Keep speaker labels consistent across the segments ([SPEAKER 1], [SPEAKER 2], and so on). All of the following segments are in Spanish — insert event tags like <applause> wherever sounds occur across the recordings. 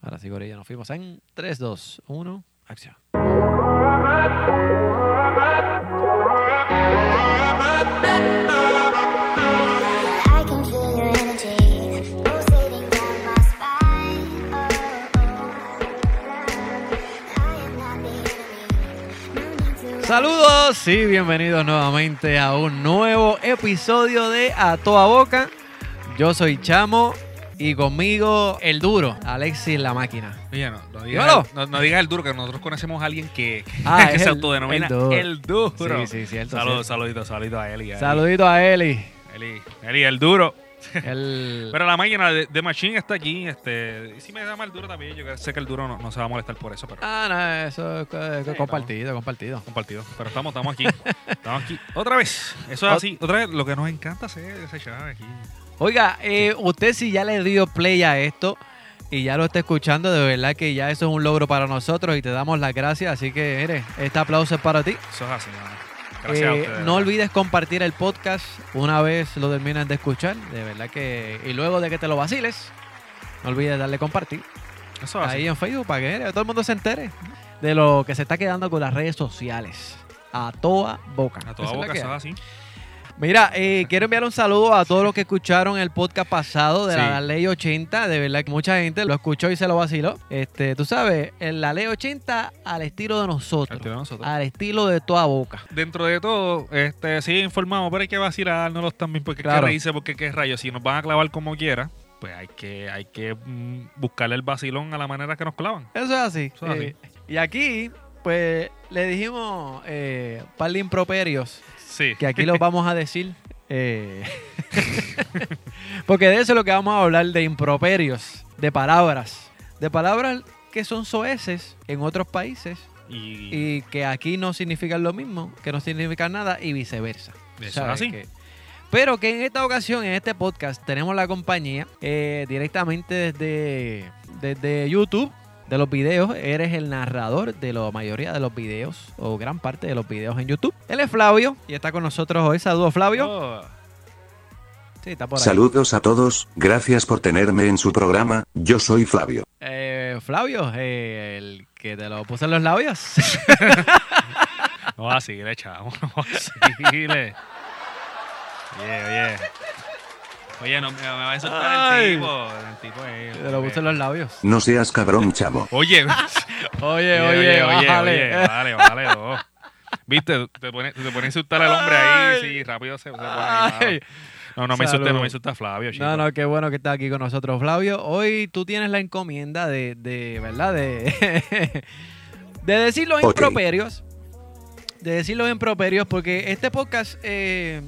[SPEAKER 1] Así que ahora ya nos fuimos en 3, 2, 1, acción.
[SPEAKER 2] I can feel your energy pulsating down my spine. Oh. I am not the enemy. No need to
[SPEAKER 1] Saludos y bienvenidos nuevamente a un nuevo episodio de A Toa Boca. Yo soy Chamo y conmigo el duro, Alexis la máquina.
[SPEAKER 3] Oye, no, no diga,
[SPEAKER 1] Dímelo.
[SPEAKER 3] no, no diga el duro, que nosotros conocemos a alguien que,
[SPEAKER 1] Ah,
[SPEAKER 3] <laughs> que
[SPEAKER 1] es
[SPEAKER 3] se
[SPEAKER 1] el-
[SPEAKER 3] autodenomina
[SPEAKER 1] el
[SPEAKER 3] el
[SPEAKER 1] duro.
[SPEAKER 3] <laughs> duro.
[SPEAKER 1] Sí, sí, cierto,
[SPEAKER 3] Saludos, saluditos, saluditos a Eli. a Eli.
[SPEAKER 1] Saludito a
[SPEAKER 3] <laughs>
[SPEAKER 1] Eli.
[SPEAKER 3] Eli, Eli, el duro.
[SPEAKER 1] El...
[SPEAKER 3] Pero la máquina de, de Machine está aquí. Este, y si me llama el duro también, yo sé que el duro no, no se va a molestar por eso, pero
[SPEAKER 1] Ah, no, eso es co-
[SPEAKER 3] Sí,
[SPEAKER 1] compartido, compartido.
[SPEAKER 3] compartido. Pero estamos,
[SPEAKER 1] <laughs>
[SPEAKER 3] estamos aquí. estamos aquí. Otra vez. Eso es
[SPEAKER 1] Ot-
[SPEAKER 3] así. Otra vez, lo que nos encanta hacer ese chave aquí.
[SPEAKER 1] Oiga, eh, usted si ya le dio play a esto y ya lo está escuchando, de verdad que ya eso es un logro para nosotros y te damos las gracias. Así que, mire, este aplauso es para ti.
[SPEAKER 3] Eso es así, mano. Gracias a
[SPEAKER 1] Eh,
[SPEAKER 3] ustedes.
[SPEAKER 1] no olvides compartir el podcast una vez lo terminen de escuchar, de verdad que... Y luego de que te lo vaciles, no olvides darle compartir
[SPEAKER 3] Eso es así.
[SPEAKER 1] ahí en Facebook para que mire, todo el mundo se entere de lo que se está quedando con las redes sociales. A toda boca.
[SPEAKER 3] A
[SPEAKER 1] Esa
[SPEAKER 3] toda
[SPEAKER 1] es la
[SPEAKER 3] boca,
[SPEAKER 1] que
[SPEAKER 3] eso es
[SPEAKER 1] hay.
[SPEAKER 3] así.
[SPEAKER 1] Mira, eh, quiero enviar un saludo a todos los que escucharon el podcast pasado de la
[SPEAKER 3] Sí.
[SPEAKER 1] Ley 80. De verdad que mucha gente lo escuchó y se lo vaciló. Este, tú sabes, en la Ley 80 al estilo de nosotros.
[SPEAKER 3] Al tiro de nosotros.
[SPEAKER 1] Al estilo de toda boca.
[SPEAKER 3] dentro de todo, este, sí informamos, pero hay que vacilárnoslos también, porque
[SPEAKER 1] Claro.
[SPEAKER 3] qué reírse, porque qué rayos, si nos van a clavar como quiera, pues hay que, hay que mm, buscarle el vacilón a la manera que nos clavan.
[SPEAKER 1] Eso es así.
[SPEAKER 3] Eso es así.
[SPEAKER 1] Eh, y aquí, pues, le dijimos eh, un par de improperios
[SPEAKER 3] Sí.
[SPEAKER 1] que aquí los vamos a decir. eh, <laughs> porque de eso es lo que vamos a hablar, de improperios, de palabras. De palabras que son soeces en otros países
[SPEAKER 3] Y,
[SPEAKER 1] y que aquí no significan lo mismo, que no significan nada y viceversa.
[SPEAKER 3] Eso es
[SPEAKER 1] ¿Sabes?
[SPEAKER 3] así.
[SPEAKER 1] Que- pero que en esta ocasión, en este podcast, tenemos la compañía eh, directamente desde, desde YouTube, de los videos. Eres el narrador de la mayoría de los videos o gran parte de los videos en YouTube. Él es Flavio y está con nosotros hoy. Saludos, Flavio.
[SPEAKER 3] Oh,
[SPEAKER 1] Sí, está por ahí.
[SPEAKER 4] Saludos a todos, gracias por tenerme en su programa, yo soy Flavio.
[SPEAKER 1] Eh, Flavio, eh, el que te lo puso en los labios. <laughs>
[SPEAKER 3] no vacile, chavo,
[SPEAKER 1] <laughs>
[SPEAKER 3] no vacile. oye, oye. Oye, no me, me va a soltar
[SPEAKER 1] Ay.
[SPEAKER 3] el tipo. El tipo eh,
[SPEAKER 1] te lo puso en los labios.
[SPEAKER 4] No seas cabrón chavo.
[SPEAKER 3] Oye,
[SPEAKER 1] Oye,
[SPEAKER 3] oye, vale, vale, dos. Viste, te pone, te pone a insultar al hombre ahí,
[SPEAKER 1] Ay.
[SPEAKER 3] sí, rápido se, se pone ahí, mano.
[SPEAKER 1] Ay.
[SPEAKER 3] No, no me insultes,
[SPEAKER 1] Salud.
[SPEAKER 3] no me insultes, Flavio, chico.
[SPEAKER 1] No, no, qué bueno que estás aquí con nosotros, Flavio. Hoy tú tienes la encomienda de, de ¿verdad? De, <laughs> de decir los
[SPEAKER 4] Ok.
[SPEAKER 1] improperios. De decir los improperios, porque este podcast eh,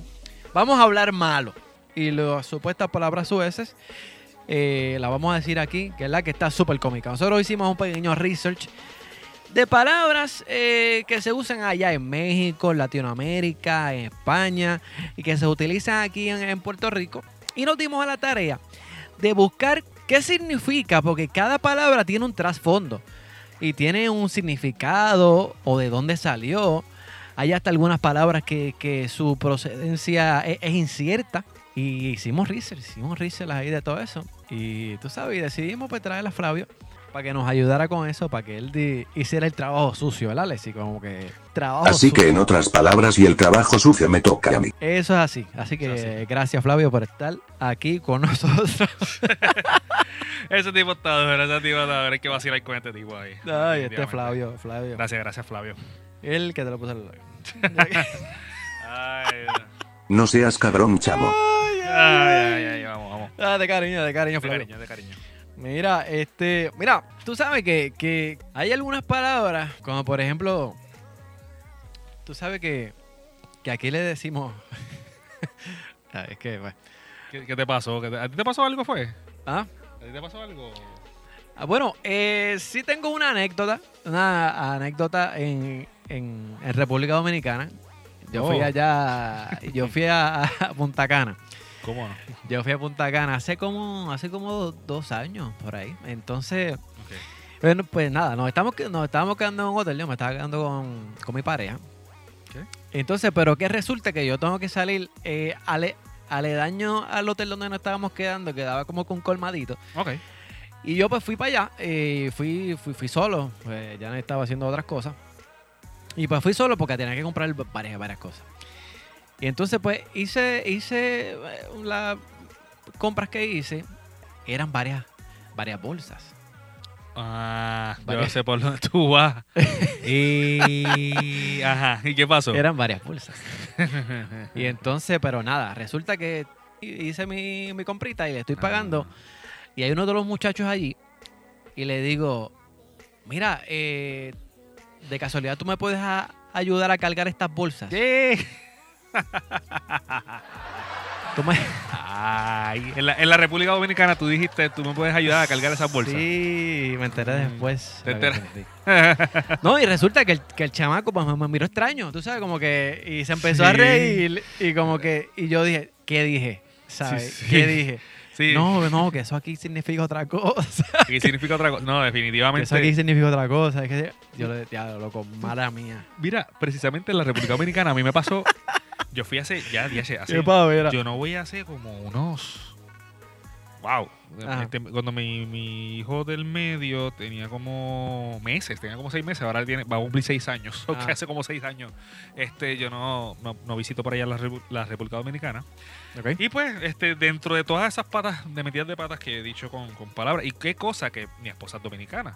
[SPEAKER 1] vamos a hablar malo. Y las supuestas palabras sueces eh, la vamos a decir aquí, que es la que está súper cómica. Nosotros hicimos un pequeño research de palabras eh, que se usan allá en México, en Latinoamérica, en España y que se utilizan aquí en, en Puerto Rico. Y nos dimos a la tarea de buscar qué significa, porque cada palabra tiene un trasfondo y tiene un significado o de dónde salió. Hay hasta algunas palabras que, que su procedencia e, es, es incierta. Y hicimos research, hicimos research ahí de todo eso. Y tú sabes, y decidimos pues traer a Flavio para que nos ayudara con eso, para que él di- hiciera el trabajo sucio, ¿verdad, Leslie? Como que trabajo
[SPEAKER 4] Así
[SPEAKER 1] sucio.
[SPEAKER 4] que en otras palabras y el trabajo sucio me toca a mí.
[SPEAKER 1] Eso es así. Así que
[SPEAKER 3] Eso es así.
[SPEAKER 1] gracias, Flavio, por estar aquí con <laughs> nosotros. este
[SPEAKER 3] Ese tipo está duro, ese tipo está duro. Hay que vacilar con este tipo ahí.
[SPEAKER 1] Ay, este
[SPEAKER 3] Definitivamente.
[SPEAKER 1] Flavio, Flavio.
[SPEAKER 3] Gracias, gracias, Flavio.
[SPEAKER 1] El que te lo puso en el labio.
[SPEAKER 3] Ay,
[SPEAKER 4] No seas cabrón chavo.
[SPEAKER 1] Ay,
[SPEAKER 3] ay, ay, ay, vamos, vamos.
[SPEAKER 1] Ah, de cariño, de cariño,
[SPEAKER 3] De
[SPEAKER 1] Flavio.
[SPEAKER 3] cariño, de cariño.
[SPEAKER 1] Mira, este. Mira, tú sabes que, que hay algunas palabras, como por ejemplo. Tú sabes que, que aquí le decimos. <laughs> Ah, es que. bueno.
[SPEAKER 3] ¿Qué, qué te pasó? ¿Qué te- ¿A ti te pasó algo, fue?
[SPEAKER 1] Ah,
[SPEAKER 3] ¿A ti te pasó algo?
[SPEAKER 1] Ah, Bueno, eh, sí tengo una anécdota, una anécdota en, en- en República Dominicana. Yo fui
[SPEAKER 3] Oh.
[SPEAKER 1] allá, yo fui a, a Punta Cana.
[SPEAKER 3] ¿Cómo no?
[SPEAKER 1] Yo fui a Punta Cana hace como, hace como do- dos años por ahí. Entonces,
[SPEAKER 3] Ok.
[SPEAKER 1] bueno, pues nada, nos estamos que- nos estábamos quedando en un hotel, yo me estaba quedando con, con mi pareja. Entonces, pero que resulta que yo tengo que salir eh, ale- aledaño al hotel donde nos estábamos quedando, quedaba como con colmadito.
[SPEAKER 3] Ok.
[SPEAKER 1] Y yo pues fui para allá, eh, fui, fui, fui solo, pues, ya estaba haciendo otras cosas. Y pues fui solo porque tenía que comprar varias, varias cosas. Y entonces pues hice, hice eh, las compras que hice, eran varias, varias bolsas.
[SPEAKER 3] Ah, yo
[SPEAKER 1] Vale.
[SPEAKER 3] sé por dónde tú vas. Y. Ajá. ¿Y qué pasó?
[SPEAKER 1] Eran varias
[SPEAKER 3] <laughs>
[SPEAKER 1] bolsas. y entonces, pero nada, resulta que hice mi, mi comprita y le
[SPEAKER 3] Ah.
[SPEAKER 1] estoy pagando. Y hay uno de los muchachos allí y le digo, mira, eh, de casualidad tú me puedes a- ayudar a cargar estas bolsas.
[SPEAKER 3] Sí.
[SPEAKER 1] Tú me-
[SPEAKER 3] Ay, en la, en la República Dominicana tú dijiste, tú me puedes ayudar a <laughs> cargar esas bolsas.
[SPEAKER 1] Sí, me enteré
[SPEAKER 3] Mm,
[SPEAKER 1] después.
[SPEAKER 3] te
[SPEAKER 1] lo que entendí. no, y resulta que el, que el chamaco pues, me me miró extraño, tú sabes, como que... Y se empezó a
[SPEAKER 3] Sí.
[SPEAKER 1] reír y como que... Y yo dije, ¿qué dije? ¿Sabes?
[SPEAKER 3] sí.
[SPEAKER 1] ¿Qué dije?
[SPEAKER 3] Sí.
[SPEAKER 1] No, no, que eso aquí significa otra cosa.
[SPEAKER 3] ¿Y significa otra cosa? No,
[SPEAKER 1] Que
[SPEAKER 3] definitivamente.
[SPEAKER 1] eso aquí significa otra cosa. Es que yo le decía, loco, mala mía.
[SPEAKER 3] Mira, precisamente en la República Dominicana a mí me pasó. Yo fui hace. Ya, ya sé, hace.
[SPEAKER 1] pavera.
[SPEAKER 3] Yo no voy hace como unos. ¡Wow!
[SPEAKER 1] Ajá.
[SPEAKER 3] Este, cuando mi, mi hijo del medio tenía como meses, tenía como seis meses, ahora tiene, va a cumplir seis años, <laughs>
[SPEAKER 1] Ah.
[SPEAKER 3] que hace como seis años. Este, yo no, no, no visito por allá la, Repu- la República Dominicana.
[SPEAKER 1] Ok.
[SPEAKER 3] Y pues, este, dentro de todas esas patas, de metidas de patas que he dicho con, con palabras, y qué cosa que mi esposa es dominicana.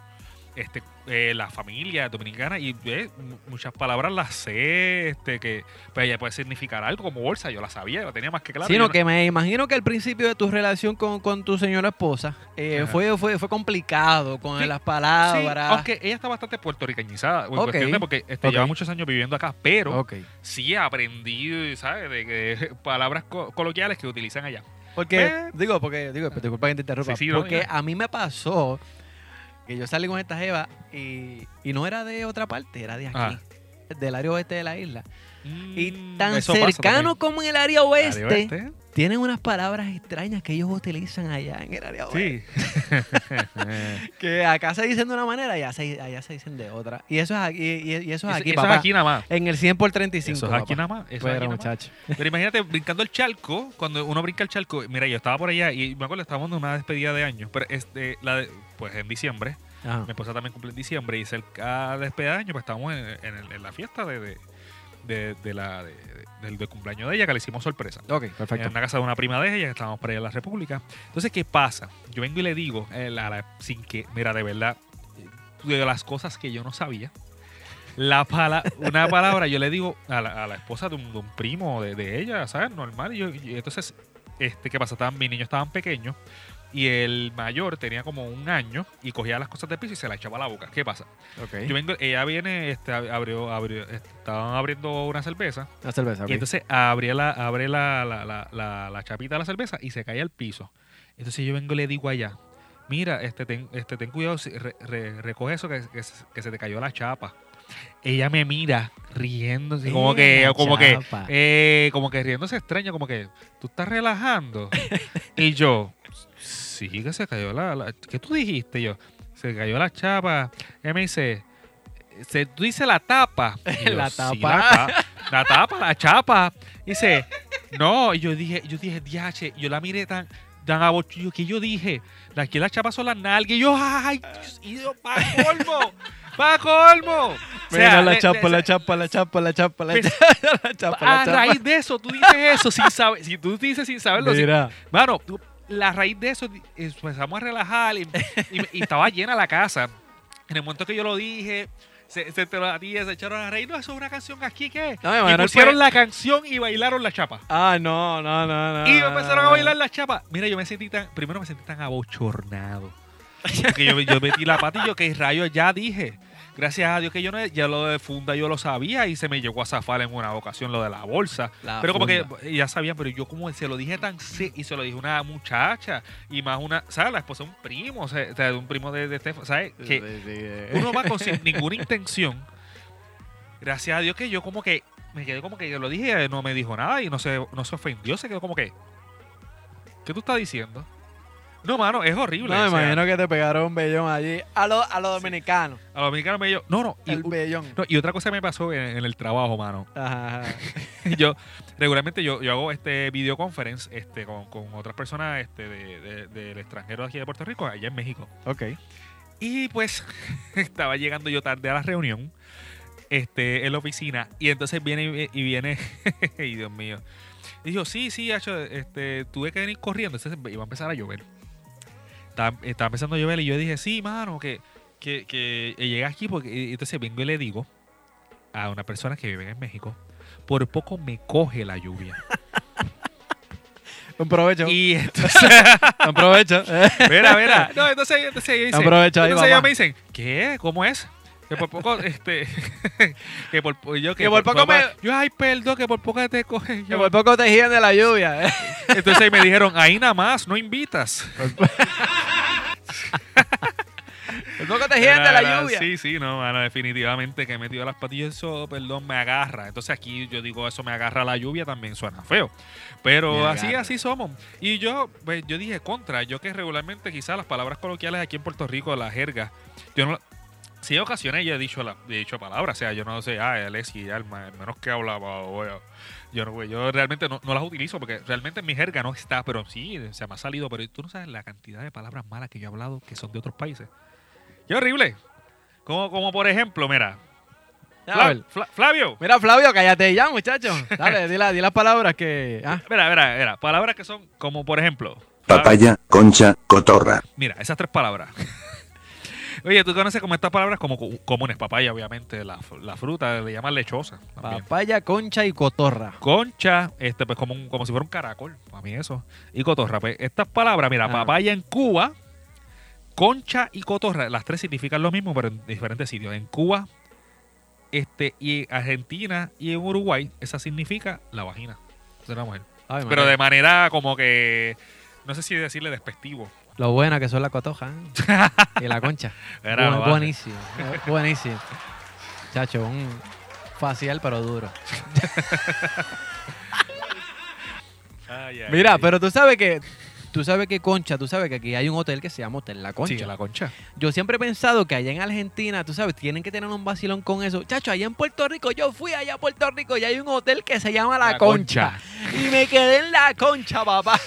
[SPEAKER 3] Este, eh, la familia es dominicana y eh, mu- muchas palabras las sé, este, que pues ella puede significar algo como bolsa, yo la sabía, la tenía más que clara.
[SPEAKER 1] Sino
[SPEAKER 3] yo no-
[SPEAKER 1] que me imagino que al principio de tu relación con, con tu señora esposa eh,
[SPEAKER 3] Ajá.
[SPEAKER 1] fue, fue, fue complicado con
[SPEAKER 3] Sí,
[SPEAKER 1] las
[SPEAKER 3] Sí,
[SPEAKER 1] palabras.
[SPEAKER 3] aunque ella está bastante puertorricañizada, en
[SPEAKER 1] Ok.
[SPEAKER 3] cuestión de porque este,
[SPEAKER 1] Ok.
[SPEAKER 3] lleva muchos años viviendo acá, pero
[SPEAKER 1] Ok.
[SPEAKER 3] sí ha aprendido, ¿sabes? De, que- <laughs> palabras co- coloquiales que utilizan allá.
[SPEAKER 1] Porque,
[SPEAKER 3] Eh.
[SPEAKER 1] digo, porque, digo, disculpa que te interrumpa.
[SPEAKER 3] Sí, sí, no,
[SPEAKER 1] porque
[SPEAKER 3] diga.
[SPEAKER 1] a mí me pasó que yo salí con esta jeva y, y no era de otra parte, era de aquí,
[SPEAKER 3] Ah.
[SPEAKER 1] del área oeste de la isla. Y tan
[SPEAKER 3] Mm, Eso pasa
[SPEAKER 1] cercano
[SPEAKER 3] también. este.
[SPEAKER 1] como este. el área
[SPEAKER 3] Área
[SPEAKER 1] oeste,
[SPEAKER 3] oeste.
[SPEAKER 1] tienen unas palabras extrañas que ellos utilizan allá en el área oeste.
[SPEAKER 3] Sí. <laughs>
[SPEAKER 1] <laughs> Que acá se dicen de una manera y allá se, allá se dicen de otra. Y eso es aquí, y, y eso es aquí,
[SPEAKER 3] Eso
[SPEAKER 1] papá.
[SPEAKER 3] es aquí nada más.
[SPEAKER 1] En el 100 por 35.
[SPEAKER 3] Eso es
[SPEAKER 1] papá.
[SPEAKER 3] aquí nada más. Eso es
[SPEAKER 1] Pero,
[SPEAKER 3] aquí nada más.
[SPEAKER 1] muchacho.
[SPEAKER 3] Pero imagínate brincando el charco, cuando uno brinca el charco, mira, yo estaba por allá y me acuerdo, estábamos en una despedida de años, pero este, la de- pues en diciembre,
[SPEAKER 1] Ajá.
[SPEAKER 3] mi esposa también cumple en diciembre y cerca de la despedida de años, pues estábamos en, en el- en la fiesta de, de, de- de la, de- de- del, del cumpleaños de ella que le hicimos sorpresa.
[SPEAKER 1] Ok, perfecto.
[SPEAKER 3] En una casa de una prima de ella, que estábamos por allá en la República. Entonces, ¿qué pasa? Yo vengo y le digo, eh, la- la- sin que, mira, de verdad, eh, de las cosas que yo no sabía, la pala- una palabra yo le digo a la, a la esposa de un, de un primo de, de ella, ¿sabes? Normal. Y, yo- y entonces, este, ¿qué pasa? Estaban, mis niños estaban pequeños y el mayor tenía como un año y cogía las cosas del piso y se las echaba a la boca. ¿Qué pasa?
[SPEAKER 1] Ok.
[SPEAKER 3] Yo vengo, ella viene, este, abrió, abrió, estaban abriendo una cerveza
[SPEAKER 1] Una cerveza, ok.
[SPEAKER 3] y entonces abre, la, abre la, la, la, la, la chapita de la cerveza y se cae al piso. Entonces yo vengo y le digo allá, mira, este ten, este, ten cuidado, si- re- re- recoge eso que, que se- que se te cayó la chapa. Ella me mira riéndose, como
[SPEAKER 1] Eh,
[SPEAKER 3] que,
[SPEAKER 1] la
[SPEAKER 3] como que,
[SPEAKER 1] chapa.
[SPEAKER 3] eh, como que riéndose extraño, como que, tú estás relajando.
[SPEAKER 1] <laughs>
[SPEAKER 3] y yo, sí que se cayó la, la- ¿qué tú dijiste? Y yo, se cayó la chapa. Ella me dice, se, tú dices la tapa. Y
[SPEAKER 1] <laughs>
[SPEAKER 3] yo,
[SPEAKER 1] La
[SPEAKER 3] "Sí,
[SPEAKER 1] tapa".
[SPEAKER 3] la, ta- la tapa, la chapa. Dice, no, y yo dije, yo dije, diache, yo la miré tan, tan abochillo que yo dije, las que las chapas son las nalgas. Y yo, ay, Dios, y yo, pa' colmo, pa' colmo. O sea,
[SPEAKER 1] Mira,
[SPEAKER 3] le-
[SPEAKER 1] la
[SPEAKER 3] le-
[SPEAKER 1] chapa, la
[SPEAKER 3] se-
[SPEAKER 1] chapa, la chapa, la chapa, la
[SPEAKER 3] Pues,
[SPEAKER 1] chapa, la chapa, la
[SPEAKER 3] <laughs> A
[SPEAKER 1] chapa.
[SPEAKER 3] raíz de eso, tú dices eso sin saber, si tú dices sin saberlo, sin-
[SPEAKER 1] Mira.
[SPEAKER 3] Mano, tú- la raíz de eso di- empezamos a relajar y, y- y estaba llena la casa. En el momento que yo lo dije, se, se enteró la tía, se echaron a reír. No, eso es una canción aquí, ¿qué?
[SPEAKER 1] No, me
[SPEAKER 3] y
[SPEAKER 1] imagino el
[SPEAKER 3] pusieron
[SPEAKER 1] pue-
[SPEAKER 3] la canción y bailaron la chapa.
[SPEAKER 1] Ah, no, no, no, no.
[SPEAKER 3] Y empezaron a bailar la chapa. Mira, yo me sentí tan. Primero me sentí tan abochornado. Porque yo, yo metí la pata y yo, que rayos ya dije. Gracias a Dios que yo no, ya lo de funda yo lo sabía y se me llegó a zafar en una ocasión lo de la bolsa.
[SPEAKER 1] La
[SPEAKER 3] pero como
[SPEAKER 1] funda.
[SPEAKER 3] que ya sabían, pero yo como se lo dije tan se- y se lo dije a una muchacha y más una, ¿sabes? La esposa de un primo, o sea, o sea, de un primo de, de Estefan, ¿sabes?
[SPEAKER 1] Sí,
[SPEAKER 3] Que
[SPEAKER 1] sí, sí.
[SPEAKER 3] uno va con sin ninguna intención. Gracias a Dios que yo como que me quedé como que yo lo dije, no me dijo nada y no se, no se ofendió, se quedó como que. ¿Qué tú estás diciendo? No, mano, es
[SPEAKER 1] No,
[SPEAKER 3] horrible.
[SPEAKER 1] me
[SPEAKER 3] o sea,
[SPEAKER 1] imagino que te pegaron un bellón allí. A los a lo dominicanos.
[SPEAKER 3] A los mexicanos me dijo, no, no. Y,
[SPEAKER 1] El
[SPEAKER 3] u- <laughs>
[SPEAKER 1] bellón.
[SPEAKER 3] no, y otra cosa que me pasó en, en el trabajo, mano. <laughs>
[SPEAKER 1] Ajá, ajá.
[SPEAKER 3] yo, regularmente yo, yo hago este videoconference este, con, con otras personas este, de- de- del extranjero de aquí de Puerto Rico, allá en México.
[SPEAKER 1] Ok.
[SPEAKER 3] Y pues <laughs> estaba llegando yo tarde a la reunión este, en la oficina. Y entonces viene y- y viene. <laughs> y Dios mío. Dijo, sí, sí, hacho, este, tuve que venir corriendo. Entonces iba a empezar a llover. Estaba, estaba empezando a llover y yo dije, sí, mano, que, que, que eh, llegué aquí. Porque... y Entonces vengo y le digo a una persona que vive en México, por poco me coge la lluvia.
[SPEAKER 1] Un provecho.
[SPEAKER 3] Y entonces,
[SPEAKER 1] Un provecho.
[SPEAKER 3] <laughs> Mira, mira. No, entonces, entonces ellos dicen-
[SPEAKER 1] Aprovecha ahí,
[SPEAKER 3] entonces ellos
[SPEAKER 1] mamá.
[SPEAKER 3] me dicen, ¿qué? ¿Cómo es? Que por poco, <laughs> este, que por, po- yo,
[SPEAKER 1] Que por poco me-
[SPEAKER 3] Yo, ay, perdón, que por poco te coge.
[SPEAKER 1] <laughs> que por poco te giran de la lluvia.
[SPEAKER 3] <laughs>
[SPEAKER 1] ¿eh?
[SPEAKER 3] Entonces me dijeron, ahí nada más, no invitas.
[SPEAKER 1] Por poco te giran de
[SPEAKER 3] Era-
[SPEAKER 1] la lluvia.
[SPEAKER 3] Ah, Sí, sí, no, mano, definitivamente que he metido las patillas, eso, perdón, me agarra. Entonces aquí yo digo, eso me agarra la lluvia, también suena feo.
[SPEAKER 1] Me
[SPEAKER 3] Pero así,
[SPEAKER 1] agarra.
[SPEAKER 3] así somos. Y yo, pues, yo dije contra, yo que regularmente quizás las palabras coloquiales aquí en Puerto Rico, la jerga, yo no la- Si hay ocasiones yo he dicho, la, he dicho palabras, o sea, yo no sé, ah, Alexi, Alma, el menos que hablaba, o- o- yo, no, güey, yo realmente no, no las utilizo porque realmente mi jerga no está, pero sí, se me ha salido, pero tú no sabes la cantidad de palabras malas que yo he hablado que son de otros países. ¡Qué horrible! Como, como por ejemplo, mira,
[SPEAKER 1] A ver.
[SPEAKER 3] Fla- Fla- Flavio,
[SPEAKER 1] Mira, Flavio, cállate ya, muchacho. Dale, di, la- di las palabras que. ah.
[SPEAKER 3] mira, mira, mira, palabras que son como por ejemplo, Flavio-
[SPEAKER 4] Papaya, concha, cotorra.
[SPEAKER 3] Mira, esas tres palabras. <laughs> Oye, tú conoces como estas palabras como co- comunes, papaya, obviamente, la, f- la fruta, le llaman lechosa. también.
[SPEAKER 1] Papaya, concha y cotorra.
[SPEAKER 3] Concha, este, pues como, un- como si fuera un caracol, para mí eso. Y cotorra, pues estas palabras, mira,
[SPEAKER 1] Ah.
[SPEAKER 3] papaya en Cuba, concha y cotorra, las tres significan lo mismo, pero en diferentes sitios. En Cuba, este, y Argentina y en Uruguay, esa significa la vagina de la mujer.
[SPEAKER 1] Ay,
[SPEAKER 3] Pero
[SPEAKER 1] madre.
[SPEAKER 3] de manera como que, no sé si decirle despectivo.
[SPEAKER 1] Lo buena que son la cotoja y la
[SPEAKER 3] <laughs>
[SPEAKER 1] concha.
[SPEAKER 3] Era
[SPEAKER 1] Bu-
[SPEAKER 3] lo básico.
[SPEAKER 1] buenísimo, eh, buenísimo. Chacho, un facial pero duro.
[SPEAKER 3] Ay, ay,
[SPEAKER 1] Mira,
[SPEAKER 3] ay.
[SPEAKER 1] pero tú sabes que, tú sabes que concha, tú sabes que aquí hay un hotel que se llama Hotel La Concha.
[SPEAKER 3] Sí, la concha.
[SPEAKER 1] Yo siempre he pensado que allá en Argentina, tú sabes, tienen que tener un vacilón con eso. Chacho, allá en Puerto Rico, yo fui allá a Puerto Rico y hay un hotel que se llama La,
[SPEAKER 3] La
[SPEAKER 1] concha.
[SPEAKER 3] Concha.
[SPEAKER 1] Y me quedé en La Concha, papá.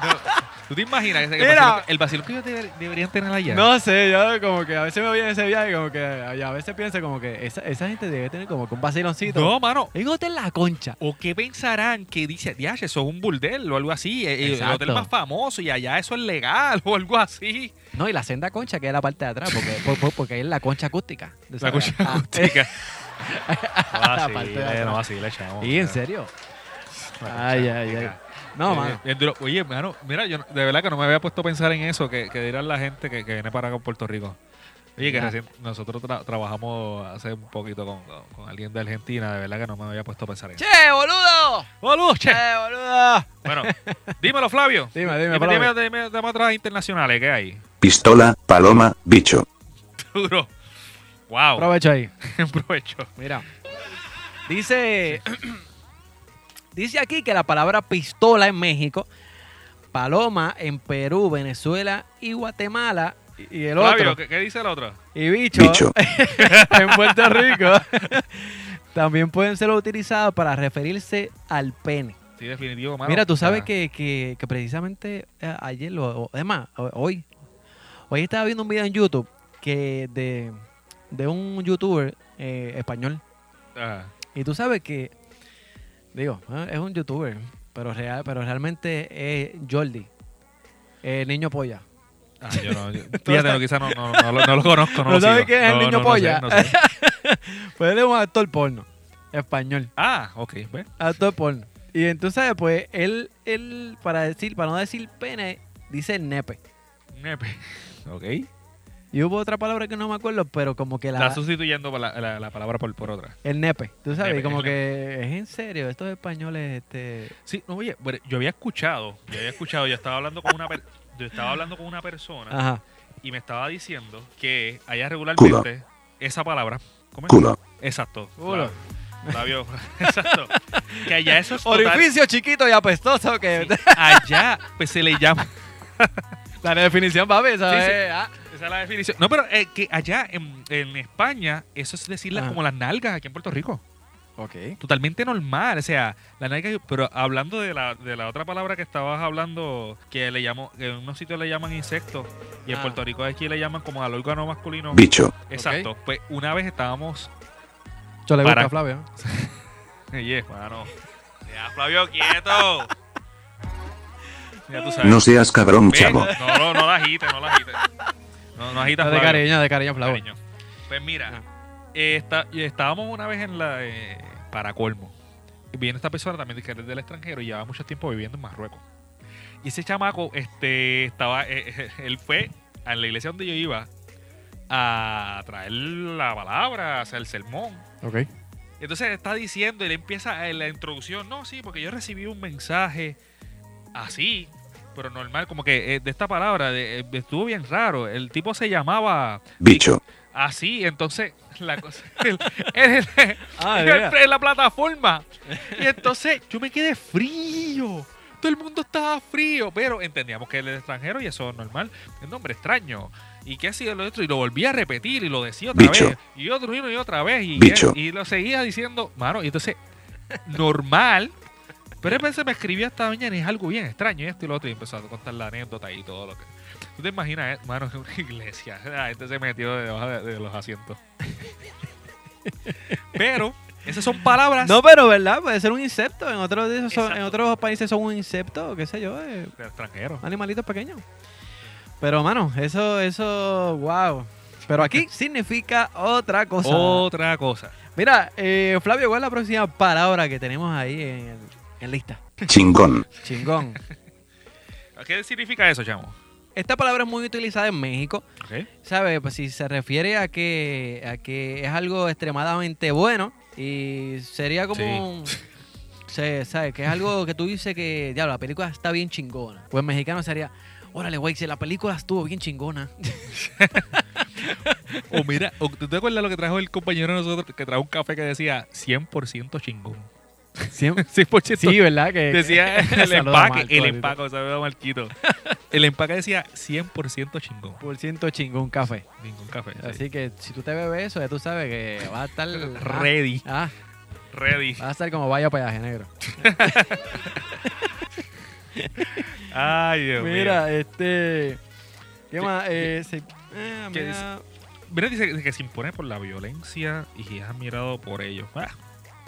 [SPEAKER 3] <laughs> ¿Tú te imaginas que el,
[SPEAKER 1] Mira.
[SPEAKER 3] vacilón, el vacilón que ellos deber- deberían tener allá?
[SPEAKER 1] No sé, yo como que a veces me voy en ese viaje, como que y a veces pienso como que esa, esa gente debe tener como que un vaciloncito.
[SPEAKER 3] No, mano.
[SPEAKER 1] Hay un hotel La Concha.
[SPEAKER 3] ¿O qué pensarán que dice, diache, eso es un burdel o algo así? eh, eh, El,
[SPEAKER 1] Exacto.
[SPEAKER 3] hotel más famoso y allá eso es legal <laughs> o algo así.
[SPEAKER 1] No, y la senda concha que es la parte de atrás, porque, por- por- porque ahí es la concha acústica. ¿Tú
[SPEAKER 3] La
[SPEAKER 1] sabes?
[SPEAKER 3] concha <laughs>
[SPEAKER 1] Ah, <laughs>
[SPEAKER 3] acústica.
[SPEAKER 1] La parte de atrás.
[SPEAKER 3] vacile, chavo.
[SPEAKER 1] y en serio. Ay, ay, ay. No,
[SPEAKER 3] Eh,
[SPEAKER 1] mano.
[SPEAKER 3] bien duro. Oye, mano, mira, yo no- de verdad que no me había puesto a pensar en eso, que, que dirán la gente que, que viene para acá a Puerto Rico. Oye, que
[SPEAKER 1] Ya.
[SPEAKER 3] recién nosotros tra- trabajamos hace un poquito con, con- con alguien de Argentina, de verdad que no me había puesto a pensar en eso.
[SPEAKER 1] ¡Che, boludo!
[SPEAKER 3] ¡Boludo, che!
[SPEAKER 1] ¡Che, boludo!
[SPEAKER 3] Bueno,
[SPEAKER 1] <laughs>
[SPEAKER 3] dímelo, Flavio.
[SPEAKER 1] Dime, dime,
[SPEAKER 3] dime,
[SPEAKER 1] Flavio.
[SPEAKER 3] dime, dime, dime otras internacionales que hay. <laughs>
[SPEAKER 4] Pistola, paloma, bicho.
[SPEAKER 3] Duro. Wow. <laughs>
[SPEAKER 1] Aprovecho ahí.
[SPEAKER 3] Provecho.
[SPEAKER 1] Mira. Dice. <clears throat> dice aquí que la palabra pistola en México, paloma en Perú, Venezuela y Guatemala. Y y el
[SPEAKER 3] Flavio,
[SPEAKER 1] otro.
[SPEAKER 3] ¿qué, qué dice el otro?
[SPEAKER 1] Y bicho.
[SPEAKER 4] Bicho.
[SPEAKER 1] <laughs> en Puerto Rico. <laughs> También pueden ser utilizadas para referirse al pene.
[SPEAKER 3] Sí, definitivo, mano.
[SPEAKER 1] Mira, tú sabes
[SPEAKER 3] Ah,
[SPEAKER 1] que, que- que precisamente eh, ayer, lo, o- es más, o- hoy, hoy estaba viendo un video en YouTube que de, de un youtuber eh, español.
[SPEAKER 3] ah,
[SPEAKER 1] Y tú sabes que, digo, eh, es un youtuber, pero, real, pero realmente es Jordi, eh, niño polla.
[SPEAKER 3] ah, yo no.
[SPEAKER 1] <laughs>
[SPEAKER 3] yo- fíjate, no, quizá no, no, no, lo- no lo conozco. No,
[SPEAKER 1] ¿No
[SPEAKER 3] lo
[SPEAKER 1] sabes
[SPEAKER 3] sigo.
[SPEAKER 1] quién es el niño
[SPEAKER 3] no sé,
[SPEAKER 1] polla?
[SPEAKER 3] no sé.
[SPEAKER 1] <laughs> Pues él es un actor porno, español,
[SPEAKER 3] Ah, ok. ve.
[SPEAKER 1] actor porno. Y entonces, pues, él, él, para decir, para no decir pene, dice nepe.
[SPEAKER 3] Nepe. Ok.
[SPEAKER 1] Y hubo otra palabra que no me acuerdo, pero como que la...
[SPEAKER 3] Está sustituyendo por la, la- la palabra por, por otra.
[SPEAKER 1] El nepe, tú sabes,
[SPEAKER 3] Nepe,
[SPEAKER 1] como
[SPEAKER 3] el
[SPEAKER 1] que es en serio, estos españoles, este...
[SPEAKER 3] Sí, no, oye, pero yo había escuchado, yo había escuchado, yo estaba hablando con una, per- yo estaba hablando con una persona
[SPEAKER 1] Ajá.
[SPEAKER 3] y me estaba diciendo que allá regularmente esa palabra, ¿cómo es?
[SPEAKER 4] Culo.
[SPEAKER 3] Exacto.
[SPEAKER 1] Culo.
[SPEAKER 3] Flavio, Flavio, <laughs> exacto. Que allá eso es total-
[SPEAKER 1] Orificio chiquito y apestoso que...
[SPEAKER 3] Allá pues se le llama
[SPEAKER 1] <laughs> La definición, papi. esa
[SPEAKER 3] Sí, sí.
[SPEAKER 1] es, ah.
[SPEAKER 3] Esa es la definición. No, pero eh, que allá en, en España, eso es decirlas
[SPEAKER 1] Ajá.
[SPEAKER 3] como las nalgas aquí en Puerto Rico.
[SPEAKER 1] Ok.
[SPEAKER 3] Totalmente normal. O sea, la nalga. Pero hablando de la, de la otra palabra que estabas hablando, que le llamo, que en unos sitios le llaman insecto, y en
[SPEAKER 1] Ah.
[SPEAKER 3] Puerto Rico aquí le llaman como al órgano masculino.
[SPEAKER 4] Bicho.
[SPEAKER 3] Exacto. Pues una vez estábamos. <laughs>
[SPEAKER 1] Yo le
[SPEAKER 3] Para-
[SPEAKER 1] gusta a Flavio.
[SPEAKER 3] Oye, mano. Ya, Flavio, quieto. Ya tú sabes.
[SPEAKER 4] No seas cabrón,
[SPEAKER 3] Ven,
[SPEAKER 4] chavo.
[SPEAKER 3] No, no, no la agites, no la agites. No, no agitas,
[SPEAKER 1] Ah, De
[SPEAKER 3] Flavio.
[SPEAKER 1] cariño, de cariño, Flavio.
[SPEAKER 3] Cariño. Pues mira, eh, está- y estábamos una vez en la. eh, para colmo. Viene esta persona también que es del extranjero y lleva mucho tiempo viviendo en Marruecos. Y ese chamaco, este, estaba. eh, él fue a la iglesia donde yo iba a traer la palabra, o sea, el sermón.
[SPEAKER 1] Ok.
[SPEAKER 3] Entonces está diciendo, él empieza en la introducción, no, sí, porque yo recibí un mensaje así, pero normal, como que eh, de esta palabra, de- eh, estuvo bien raro. El tipo se llamaba
[SPEAKER 4] Bicho.
[SPEAKER 3] así, Ah, entonces la cosa... <laughs> él- él- él-
[SPEAKER 1] Ah,
[SPEAKER 3] en,
[SPEAKER 1] mira.
[SPEAKER 3] el- en la plataforma. Y entonces yo me quedé frío. Todo el mundo estaba frío, pero entendíamos que él era extranjero y eso es normal. El nombre extraño. ¿Y qué ha sido lo otro? Y lo volví a repetir y lo decía otra
[SPEAKER 4] Bicho.
[SPEAKER 3] vez. Y otro y uno y otra vez. Y,
[SPEAKER 4] Bicho.
[SPEAKER 3] y lo seguía diciendo, mano. Y entonces, normal. Pero veces me escribía esta mañana y es algo bien extraño y esto y lo otro. Y empezó a contar la anécdota y todo lo que. ¿Tú te imaginas, eh, mano, en una iglesia? <laughs> La gente se metió debajo de, de los asientos. <laughs> Pero, esas son palabras.
[SPEAKER 1] No, pero ¿verdad? Puede ser un insecto. En otros, de esos son- en
[SPEAKER 3] Exacto.
[SPEAKER 1] otros países son un insecto, qué sé yo, eh,
[SPEAKER 3] de extranjeros.
[SPEAKER 1] animalitos pequeños. Pero, mano, eso, eso, wow. Pero aquí significa otra cosa.
[SPEAKER 3] Otra cosa.
[SPEAKER 1] Mira, eh, Flavio, ¿cuál es la próxima palabra que tenemos ahí en, el- en lista?
[SPEAKER 4] Chingón.
[SPEAKER 3] <laughs>
[SPEAKER 1] Chingón.
[SPEAKER 3] ¿Qué significa eso, chamo?
[SPEAKER 1] Esta palabra es muy utilizada en México.
[SPEAKER 3] Ok.
[SPEAKER 1] ¿Sabes? Pues si se refiere a que, a que es algo extremadamente bueno y sería como...
[SPEAKER 3] Sí.
[SPEAKER 1] un- se- ¿Sabes? Que es algo que tú dices que, diablo, la película está bien chingona. Pues en mexicano sería, órale, güey, si la película estuvo bien
[SPEAKER 3] <laughs>
[SPEAKER 1] chingona.
[SPEAKER 3] O mira, o- ¿tú te acuerdas lo que trajo el compañero de nosotros que trajo un café que decía 100% chingón? <laughs> 100%
[SPEAKER 1] ¿verdad? Que,
[SPEAKER 3] <laughs>
[SPEAKER 1] <laughs>
[SPEAKER 3] Decía el
[SPEAKER 1] Saluda a
[SPEAKER 3] empaque,
[SPEAKER 1] Marco,
[SPEAKER 3] el
[SPEAKER 1] ahorita.
[SPEAKER 3] empaque, saludos a Marquito. El empaque decía 100% chingón.
[SPEAKER 1] Por ciento chingón café.
[SPEAKER 3] Ningún café. sí.
[SPEAKER 1] Así que si tú te bebes eso, ya tú sabes que va a
[SPEAKER 3] <laughs>
[SPEAKER 1] estar...
[SPEAKER 3] Ready,
[SPEAKER 1] Ah,
[SPEAKER 3] ready.
[SPEAKER 1] ah, va a estar como vaya peaje negro.
[SPEAKER 3] Ay, Dios mío.
[SPEAKER 1] Mira, este... ¿Qué
[SPEAKER 3] ¿Qué-
[SPEAKER 1] más? Eh, se- eh,
[SPEAKER 3] qué
[SPEAKER 1] mira,
[SPEAKER 3] Mira, dice que se impone por la violencia y es admirado por ellos. Ah,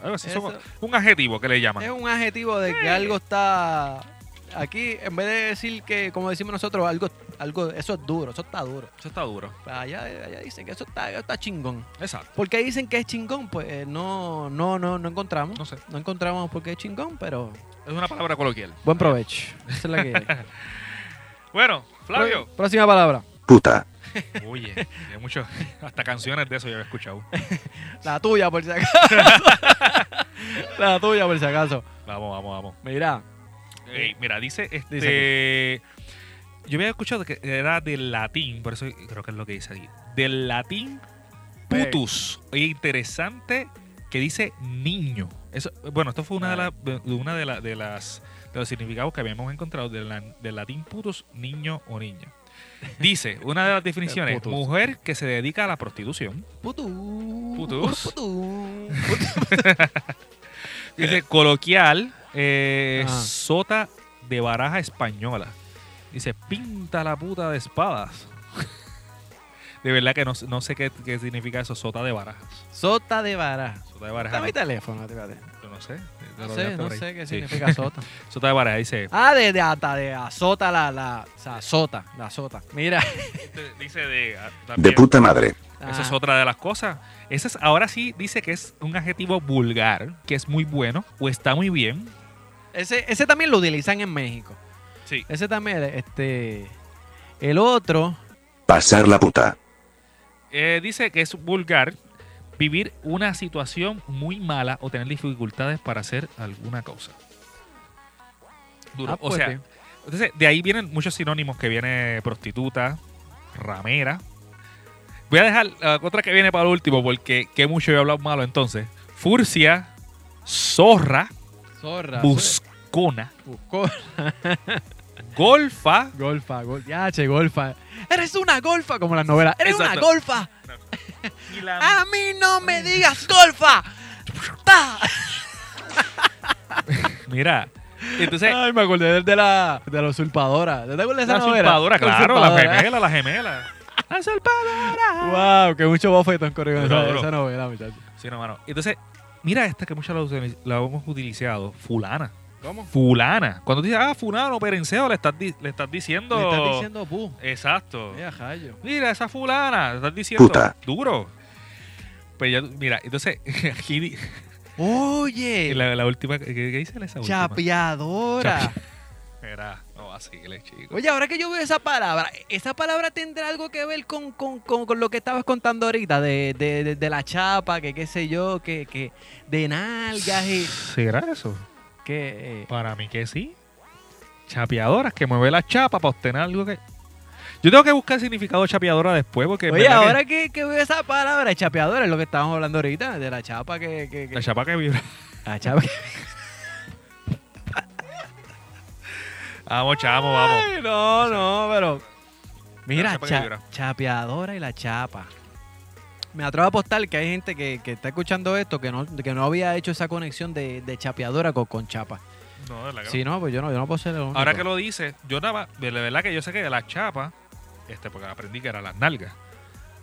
[SPEAKER 3] algo así, son-
[SPEAKER 1] Eso-
[SPEAKER 3] un adjetivo que le llaman.
[SPEAKER 1] Es un adjetivo de
[SPEAKER 3] Eh.
[SPEAKER 1] que algo está. Aquí, en vez de decir que, como decimos nosotros, algo, algo, eso es duro, eso está duro. Pues
[SPEAKER 3] Eso está duro.
[SPEAKER 1] Allá, allá dicen que eso está, está chingón.
[SPEAKER 3] Exacto.
[SPEAKER 1] ¿Por qué dicen que es chingón? Pues eh, no, no, no, no encontramos.
[SPEAKER 3] No sé.
[SPEAKER 1] No encontramos por qué es chingón, pero
[SPEAKER 3] Es una palabra coloquial.
[SPEAKER 1] buen provecho. Esa es la que <laughs> hay.
[SPEAKER 3] Bueno, Flavio.
[SPEAKER 1] Pro- Próxima palabra.
[SPEAKER 4] Puta.
[SPEAKER 3] Oye, hay mucho. <laughs> Hasta canciones de eso yo había escuchado.
[SPEAKER 1] La tuya, por si acaso. <laughs> la tuya, por si acaso.
[SPEAKER 3] Vamos, vamos, vamos.
[SPEAKER 1] Mira,
[SPEAKER 3] Ey, mira, dice este. yo había escuchado que era del latín, por eso creo que es lo que dice aquí. Del latín putus. Oye, interesante que dice niño. Eso, bueno, esto fue una de, las- de una de, la- de las de los significados que habíamos encontrado del, la- del latín putus, niño o niña. Dice, una de las definiciones,
[SPEAKER 1] putus.
[SPEAKER 3] mujer que se dedica a la prostitución.
[SPEAKER 1] putú.
[SPEAKER 3] Putus.
[SPEAKER 1] Putú.
[SPEAKER 3] Dice coloquial, eh,
[SPEAKER 1] Ajá.
[SPEAKER 3] sota de baraja española. Dice pinta la puta de espadas. <laughs> De verdad que no, no sé qué, qué significa eso, sota de barajas.
[SPEAKER 1] Sota de vara.
[SPEAKER 3] Sota de barajas.
[SPEAKER 1] Está mi teléfono, espérate.
[SPEAKER 3] No, no sé.
[SPEAKER 1] No
[SPEAKER 3] Lo
[SPEAKER 1] sé,
[SPEAKER 3] hablaste
[SPEAKER 1] no
[SPEAKER 3] por ahí.
[SPEAKER 1] sé qué <laughs>
[SPEAKER 3] Sí.
[SPEAKER 1] significa sota.
[SPEAKER 3] Sota de barajas, dice.
[SPEAKER 1] Ah, de, de ata, de azota la, la, o sea, azota, la azota. <laughs> Mira.
[SPEAKER 3] Dice de. ah,
[SPEAKER 4] De
[SPEAKER 3] también.
[SPEAKER 4] puta madre.
[SPEAKER 3] Esa es
[SPEAKER 1] Ah,
[SPEAKER 3] otra de las cosas. Esa es, ahora sí dice que es un adjetivo vulgar, que es muy bueno o está muy bien.
[SPEAKER 1] Ah, Ese, ese también lo utilizan en México.
[SPEAKER 3] Sí.
[SPEAKER 1] Ese también, este, el otro,
[SPEAKER 4] Pasar la puta.
[SPEAKER 3] Eh, dice que es vulgar vivir una situación muy mala o tener dificultades para hacer alguna cosa. Duro.
[SPEAKER 1] Ah,
[SPEAKER 3] o
[SPEAKER 1] pues,
[SPEAKER 3] sea,
[SPEAKER 1] sí.
[SPEAKER 3] entonces, de ahí vienen muchos sinónimos que viene prostituta, ramera. Voy a dejar la otra que viene para el último porque qué mucho he hablado malo entonces. Furcia, zorra,
[SPEAKER 1] zorra,
[SPEAKER 3] buscona,
[SPEAKER 1] buscó,
[SPEAKER 3] golfa.
[SPEAKER 1] <laughs> Golfa, gol, ya, che, golfa. Eres una golfa, como las novelas. Eres una
[SPEAKER 3] Exacto.
[SPEAKER 1] golfa.
[SPEAKER 3] Y la,
[SPEAKER 1] A mí no me digas golfa. Ta.
[SPEAKER 3] mira, entonces
[SPEAKER 1] Ay, me acordé del de la, de la usurpadora. ¿Te acuerdas de <laughs>
[SPEAKER 3] la
[SPEAKER 1] esa novela?
[SPEAKER 3] usurpadora, claro, la
[SPEAKER 1] usurpadora.
[SPEAKER 3] gemela,
[SPEAKER 1] <laughs>
[SPEAKER 3] la gemela. La usurpadora.
[SPEAKER 1] Wow, que mucho bofetón corrió en
[SPEAKER 3] Duro,
[SPEAKER 1] esa,
[SPEAKER 3] duro.
[SPEAKER 1] esa novela, muchachos.
[SPEAKER 3] Sí, no, mano. Entonces, mira esta que muchas la, usi- la hemos utilizado, fulana.
[SPEAKER 1] ¿Cómo?
[SPEAKER 3] Fulana. Cuando dices, ah, fulano, perenceo, le estás, di- le estás diciendo...
[SPEAKER 1] Me estás diciendo bu.
[SPEAKER 3] Exacto.
[SPEAKER 1] Mira, rayo.
[SPEAKER 3] Mira, esa fulana, le estás diciendo...
[SPEAKER 4] Puta.
[SPEAKER 3] Duro. Pues ya, tú- mira, entonces, <laughs> aquí di-
[SPEAKER 1] Oye,
[SPEAKER 3] la, la última, ¿qué, qué dice esa última?
[SPEAKER 1] chapeadora.
[SPEAKER 3] Chapi- Mira, no vaciles, chico.
[SPEAKER 1] Oye, ahora que yo veo esa palabra, ¿esa palabra tendrá algo que ver con, con- con- con lo que estabas contando ahorita? De, de- de- de la chapa, que qué sé yo, que, que de nalgas y
[SPEAKER 3] ¿Será eso?
[SPEAKER 1] que... eh,
[SPEAKER 3] Para mí que sí. Chapeadoras, que mueve la chapa para obtener algo que... Yo tengo que buscar el significado de chapeadora después porque... en
[SPEAKER 1] Oye,
[SPEAKER 3] verdad que
[SPEAKER 1] ahora que, que veo esa palabra, chapeadora, es lo que estábamos hablando ahorita, de la chapa que... que- que-
[SPEAKER 3] La chapa que vibra.
[SPEAKER 1] la chapa que-
[SPEAKER 3] Vamos, chamo, vamos.
[SPEAKER 1] Ay, no, no, pero... Mira,
[SPEAKER 3] chapa que
[SPEAKER 1] cha-
[SPEAKER 3] vibra.
[SPEAKER 1] chapeadora y la chapa. Me atrevo a apostar que hay gente que, que está escuchando esto que no, que no había hecho esa conexión de, de chapeadora con, con chapa.
[SPEAKER 3] No, de la
[SPEAKER 1] Sí, no, pues yo no, yo no puedo ser el único.
[SPEAKER 3] Ahora que lo dices, yo nada más, de la verdad que yo sé que de la chapa, este, porque aprendí que era las nalgas.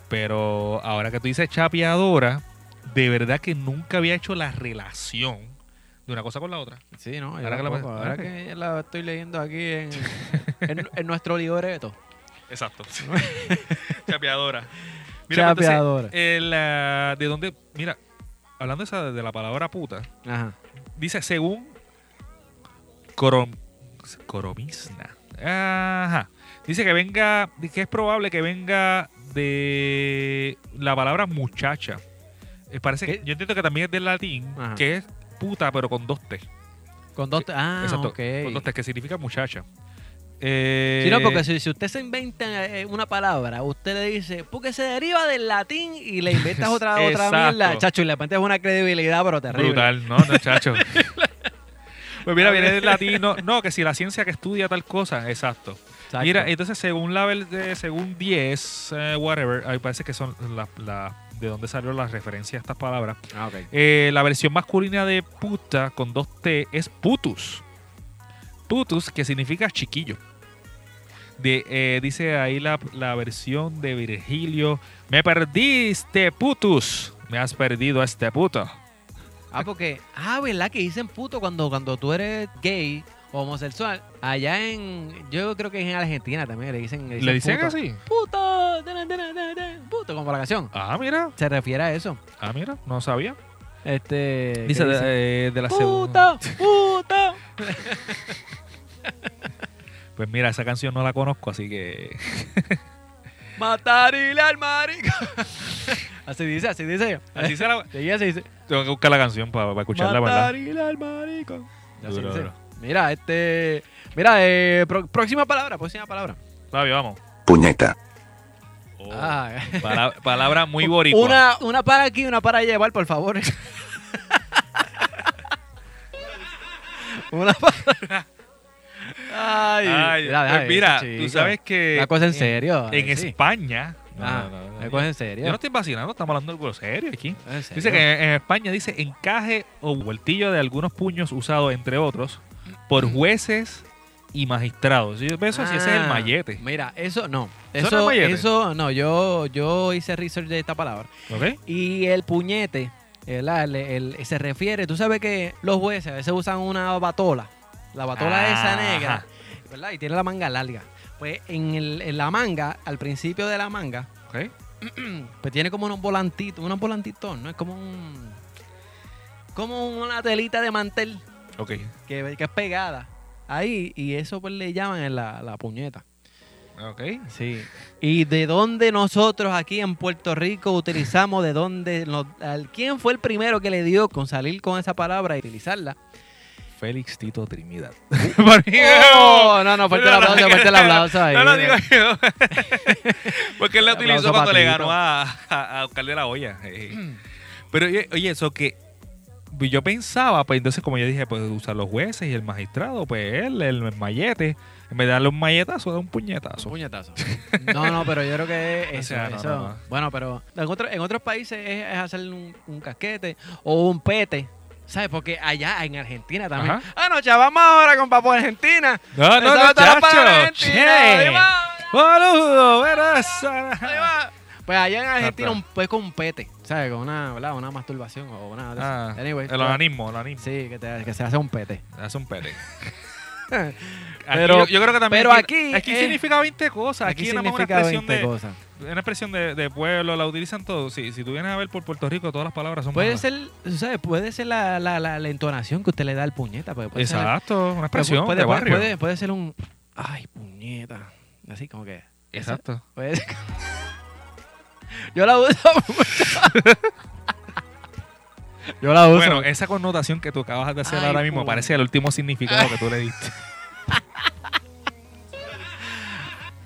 [SPEAKER 3] Pero ahora que tú dices chapeadora, de verdad que nunca había hecho la relación de una cosa con la otra.
[SPEAKER 1] Sí, no, yo
[SPEAKER 3] Ahora que Ah, la-
[SPEAKER 1] tampoco. ahora
[SPEAKER 3] ahora que-
[SPEAKER 1] que la estoy leyendo aquí
[SPEAKER 3] <laughs>
[SPEAKER 1] en, en- en nuestro libreto.
[SPEAKER 3] Exacto. chapeadora. Mira, pues, entonces,
[SPEAKER 1] Chapeadora.
[SPEAKER 3] el, ah, de dónde, mira, hablando de, esa, de la palabra puta,
[SPEAKER 1] Ajá.
[SPEAKER 3] dice según Corom, Coromizna. Ajá. Dice que venga, que es probable que venga de la palabra muchacha. Eh, Parece que,
[SPEAKER 1] ¿Qué?
[SPEAKER 3] yo entiendo que también es del latín,
[SPEAKER 1] Ajá.
[SPEAKER 3] que es puta, pero con dos T.
[SPEAKER 1] Con dos. Ah,
[SPEAKER 3] Exacto.
[SPEAKER 1] ok.
[SPEAKER 3] Con dos T, que significa muchacha. Eh,
[SPEAKER 1] Sí, no, porque si, si usted se inventa eh, una palabra, usted le dice, porque se deriva del latín y le inventas
[SPEAKER 3] <laughs>
[SPEAKER 1] otra, otra
[SPEAKER 3] Exacto.
[SPEAKER 1] mierda, chacho, y le metes una credibilidad, pero terrible.
[SPEAKER 3] Brutal, ¿no? No,
[SPEAKER 1] <laughs>
[SPEAKER 3] chacho. pues mira, viene del latín. No, no, que si la ciencia que estudia tal cosa, exacto.
[SPEAKER 1] Exacto.
[SPEAKER 3] Mira, entonces según la ver- de- según 10, eh, whatever, ahí parece que son las la- de dónde salieron las referencias a estas palabras.
[SPEAKER 1] Ah, ok.
[SPEAKER 3] Eh, la versión masculina de puta con dos T es putus. Putus, que significa chiquillo. De, eh, dice ahí la, la versión de Virgilio. Me perdiste, putus. Me has perdido a este puto.
[SPEAKER 1] Ah, porque. Ah, ¿verdad? Que dicen puto cuando, cuando tú eres gay o homosexual. Allá en. Yo creo que es en Argentina también le dicen.
[SPEAKER 3] ¿Le dicen
[SPEAKER 1] puto.
[SPEAKER 3] así?
[SPEAKER 1] Puto. tana, tana, tana, Puto, como la canción.
[SPEAKER 3] Ah, mira.
[SPEAKER 1] Se refiere a eso.
[SPEAKER 3] Ah, mira. No sabía.
[SPEAKER 1] Este. ¿qué
[SPEAKER 3] Dice eh, de la segunda.
[SPEAKER 1] Puta, puta.
[SPEAKER 3] Pues mira, esa canción no la conozco, así que.
[SPEAKER 1] Matarile al marico. <laughs> así dice, así dice. <laughs>
[SPEAKER 3] Así se la.
[SPEAKER 1] Seguía, así dice.
[SPEAKER 3] Tengo que buscar la canción para, escucharla, ¿verdad?
[SPEAKER 1] Matarile al marico. Así
[SPEAKER 3] Duro,
[SPEAKER 1] dice.
[SPEAKER 3] duro.
[SPEAKER 1] Mira, este. Mira, eh, pro- próxima palabra, próxima palabra.
[SPEAKER 3] Flavio, vamos. Oh,
[SPEAKER 4] puñeta,
[SPEAKER 1] Ah.
[SPEAKER 3] Pala-
[SPEAKER 1] <laughs>
[SPEAKER 3] palabra muy boricua.
[SPEAKER 1] Una, una para aquí, una para llevar, por favor. <laughs> una para. Ay,
[SPEAKER 3] Ay, pues
[SPEAKER 1] ay,
[SPEAKER 3] mira,
[SPEAKER 1] ese
[SPEAKER 3] tú
[SPEAKER 1] chico.
[SPEAKER 3] sabes que.
[SPEAKER 1] La cosa en serio.
[SPEAKER 3] En
[SPEAKER 1] sí.
[SPEAKER 3] España.
[SPEAKER 1] Ah, la cosa en serio.
[SPEAKER 3] Yo no estoy vacilando, estamos hablando de algo serio aquí.
[SPEAKER 1] ¿En serio?
[SPEAKER 3] Dice que en España dice encaje o vueltillo de algunos puños usados, entre otros, por jueces y magistrados. Yo pienso si ese es
[SPEAKER 1] Mm. Ah,
[SPEAKER 3] el mallete.
[SPEAKER 1] Mira, eso no.
[SPEAKER 3] ¿Eso no
[SPEAKER 1] Eso,
[SPEAKER 3] es mallete?
[SPEAKER 1] eso no, yo, yo hice research de esta palabra.
[SPEAKER 3] ¿Ok?
[SPEAKER 1] Y el puñete, ¿verdad? El- el- se refiere, tú sabes que los jueces a veces usan una batola, la batola esa
[SPEAKER 3] Ajá.
[SPEAKER 1] negra, ¿verdad? Y tiene la manga larga. Pues en, el- en la manga, al principio de la manga, <clears throat>
[SPEAKER 3] ¿Ok?
[SPEAKER 1] pues tiene como unos volantitos, unos volantitos, ¿no? Es como un. como una telita de mantel
[SPEAKER 3] Ok.
[SPEAKER 1] que, que es pegada ahí y eso pues le llaman en la, la puñeta.
[SPEAKER 3] Ok.
[SPEAKER 1] Sí. ¿Y de dónde nosotros aquí en Puerto Rico utilizamos? ¿De dónde? nos- al- ¿Quién fue el primero que le dio con salir con esa palabra y
[SPEAKER 3] <laughs>
[SPEAKER 1] utilizarla?
[SPEAKER 3] Félix Tito <laughs> Trinidad.
[SPEAKER 1] Oh, no, no, fuerte el aplauso, fuerte el aplauso ahí.
[SPEAKER 3] No lo digo
[SPEAKER 1] <laughs>
[SPEAKER 3] yo. Porque él la
[SPEAKER 1] Aplauso
[SPEAKER 3] utilizó cuando le
[SPEAKER 1] patito.
[SPEAKER 3] ganó a, a, a Oscar de la Hoya. Eh. Pero oye, oye, eso que yo pensaba, pues entonces como yo dije, pues usar los jueces y el magistrado, pues él, el, mallete, En vez de darle un malletazo, da un puñetazo.
[SPEAKER 1] Puñetazo. No, no, pero yo creo que
[SPEAKER 3] <laughs> O
[SPEAKER 1] es eso.
[SPEAKER 3] sea, no,
[SPEAKER 1] eso.
[SPEAKER 3] no, no.
[SPEAKER 1] Bueno, pero en, otro- en otros países es, es hacerle un, un casquete o un pete. ¿Sabes? Porque allá en Argentina también.
[SPEAKER 3] Ajá.
[SPEAKER 1] Ah, no, ya vamos ahora con Papo Argentina.
[SPEAKER 3] No, no,
[SPEAKER 1] Esa
[SPEAKER 3] no,
[SPEAKER 1] batalla para
[SPEAKER 3] chacho,
[SPEAKER 1] Argentina.
[SPEAKER 3] che.
[SPEAKER 1] Ahí va, ahí
[SPEAKER 3] Boludo, bueno,
[SPEAKER 1] va, ahí
[SPEAKER 3] esa-
[SPEAKER 1] va. Pues allá en Argentina
[SPEAKER 3] Ajá.
[SPEAKER 1] un, es con un pete, ¿sabes? Con una, ¿verdad? una masturbación o una...
[SPEAKER 3] Ah,
[SPEAKER 1] Anyway,
[SPEAKER 3] el organismo, el organismo.
[SPEAKER 1] Sí, que, te- que se hace un
[SPEAKER 3] <laughs>
[SPEAKER 1] pete.
[SPEAKER 3] Hace un pete.
[SPEAKER 1] Pero-
[SPEAKER 3] yo, yo creo que también.
[SPEAKER 1] pero aquí,
[SPEAKER 3] Aquí
[SPEAKER 1] eh,
[SPEAKER 3] significa 20 cosas. Aquí, es nada más una expresión,
[SPEAKER 1] 20
[SPEAKER 3] de,
[SPEAKER 1] cosas.
[SPEAKER 3] una expresión de, de pueblo, la utilizan todos. Si, si tú vienes a ver por Puerto Rico, todas las palabras son.
[SPEAKER 1] Puede
[SPEAKER 3] malas.
[SPEAKER 1] ser, ¿sabes? Puede ser la, la, la, la entonación que usted le da al puñeta. porque puede ser-
[SPEAKER 3] Exacto, una
[SPEAKER 1] Pero
[SPEAKER 3] expresión
[SPEAKER 1] puede,
[SPEAKER 3] de
[SPEAKER 1] puede-
[SPEAKER 3] barrio.
[SPEAKER 1] puede- puede ser un. Ay, puñeta. Así como que.
[SPEAKER 3] Exacto.
[SPEAKER 1] puede ser- <laughs> Yo la uso <laughs> mucho.
[SPEAKER 3] <laughs>
[SPEAKER 1] Yo la uso.
[SPEAKER 3] Bueno, esa connotación que tú acabas de hacer
[SPEAKER 1] Ay,
[SPEAKER 3] ahora mismo
[SPEAKER 1] pu-
[SPEAKER 3] parece el último significado que tú le diste.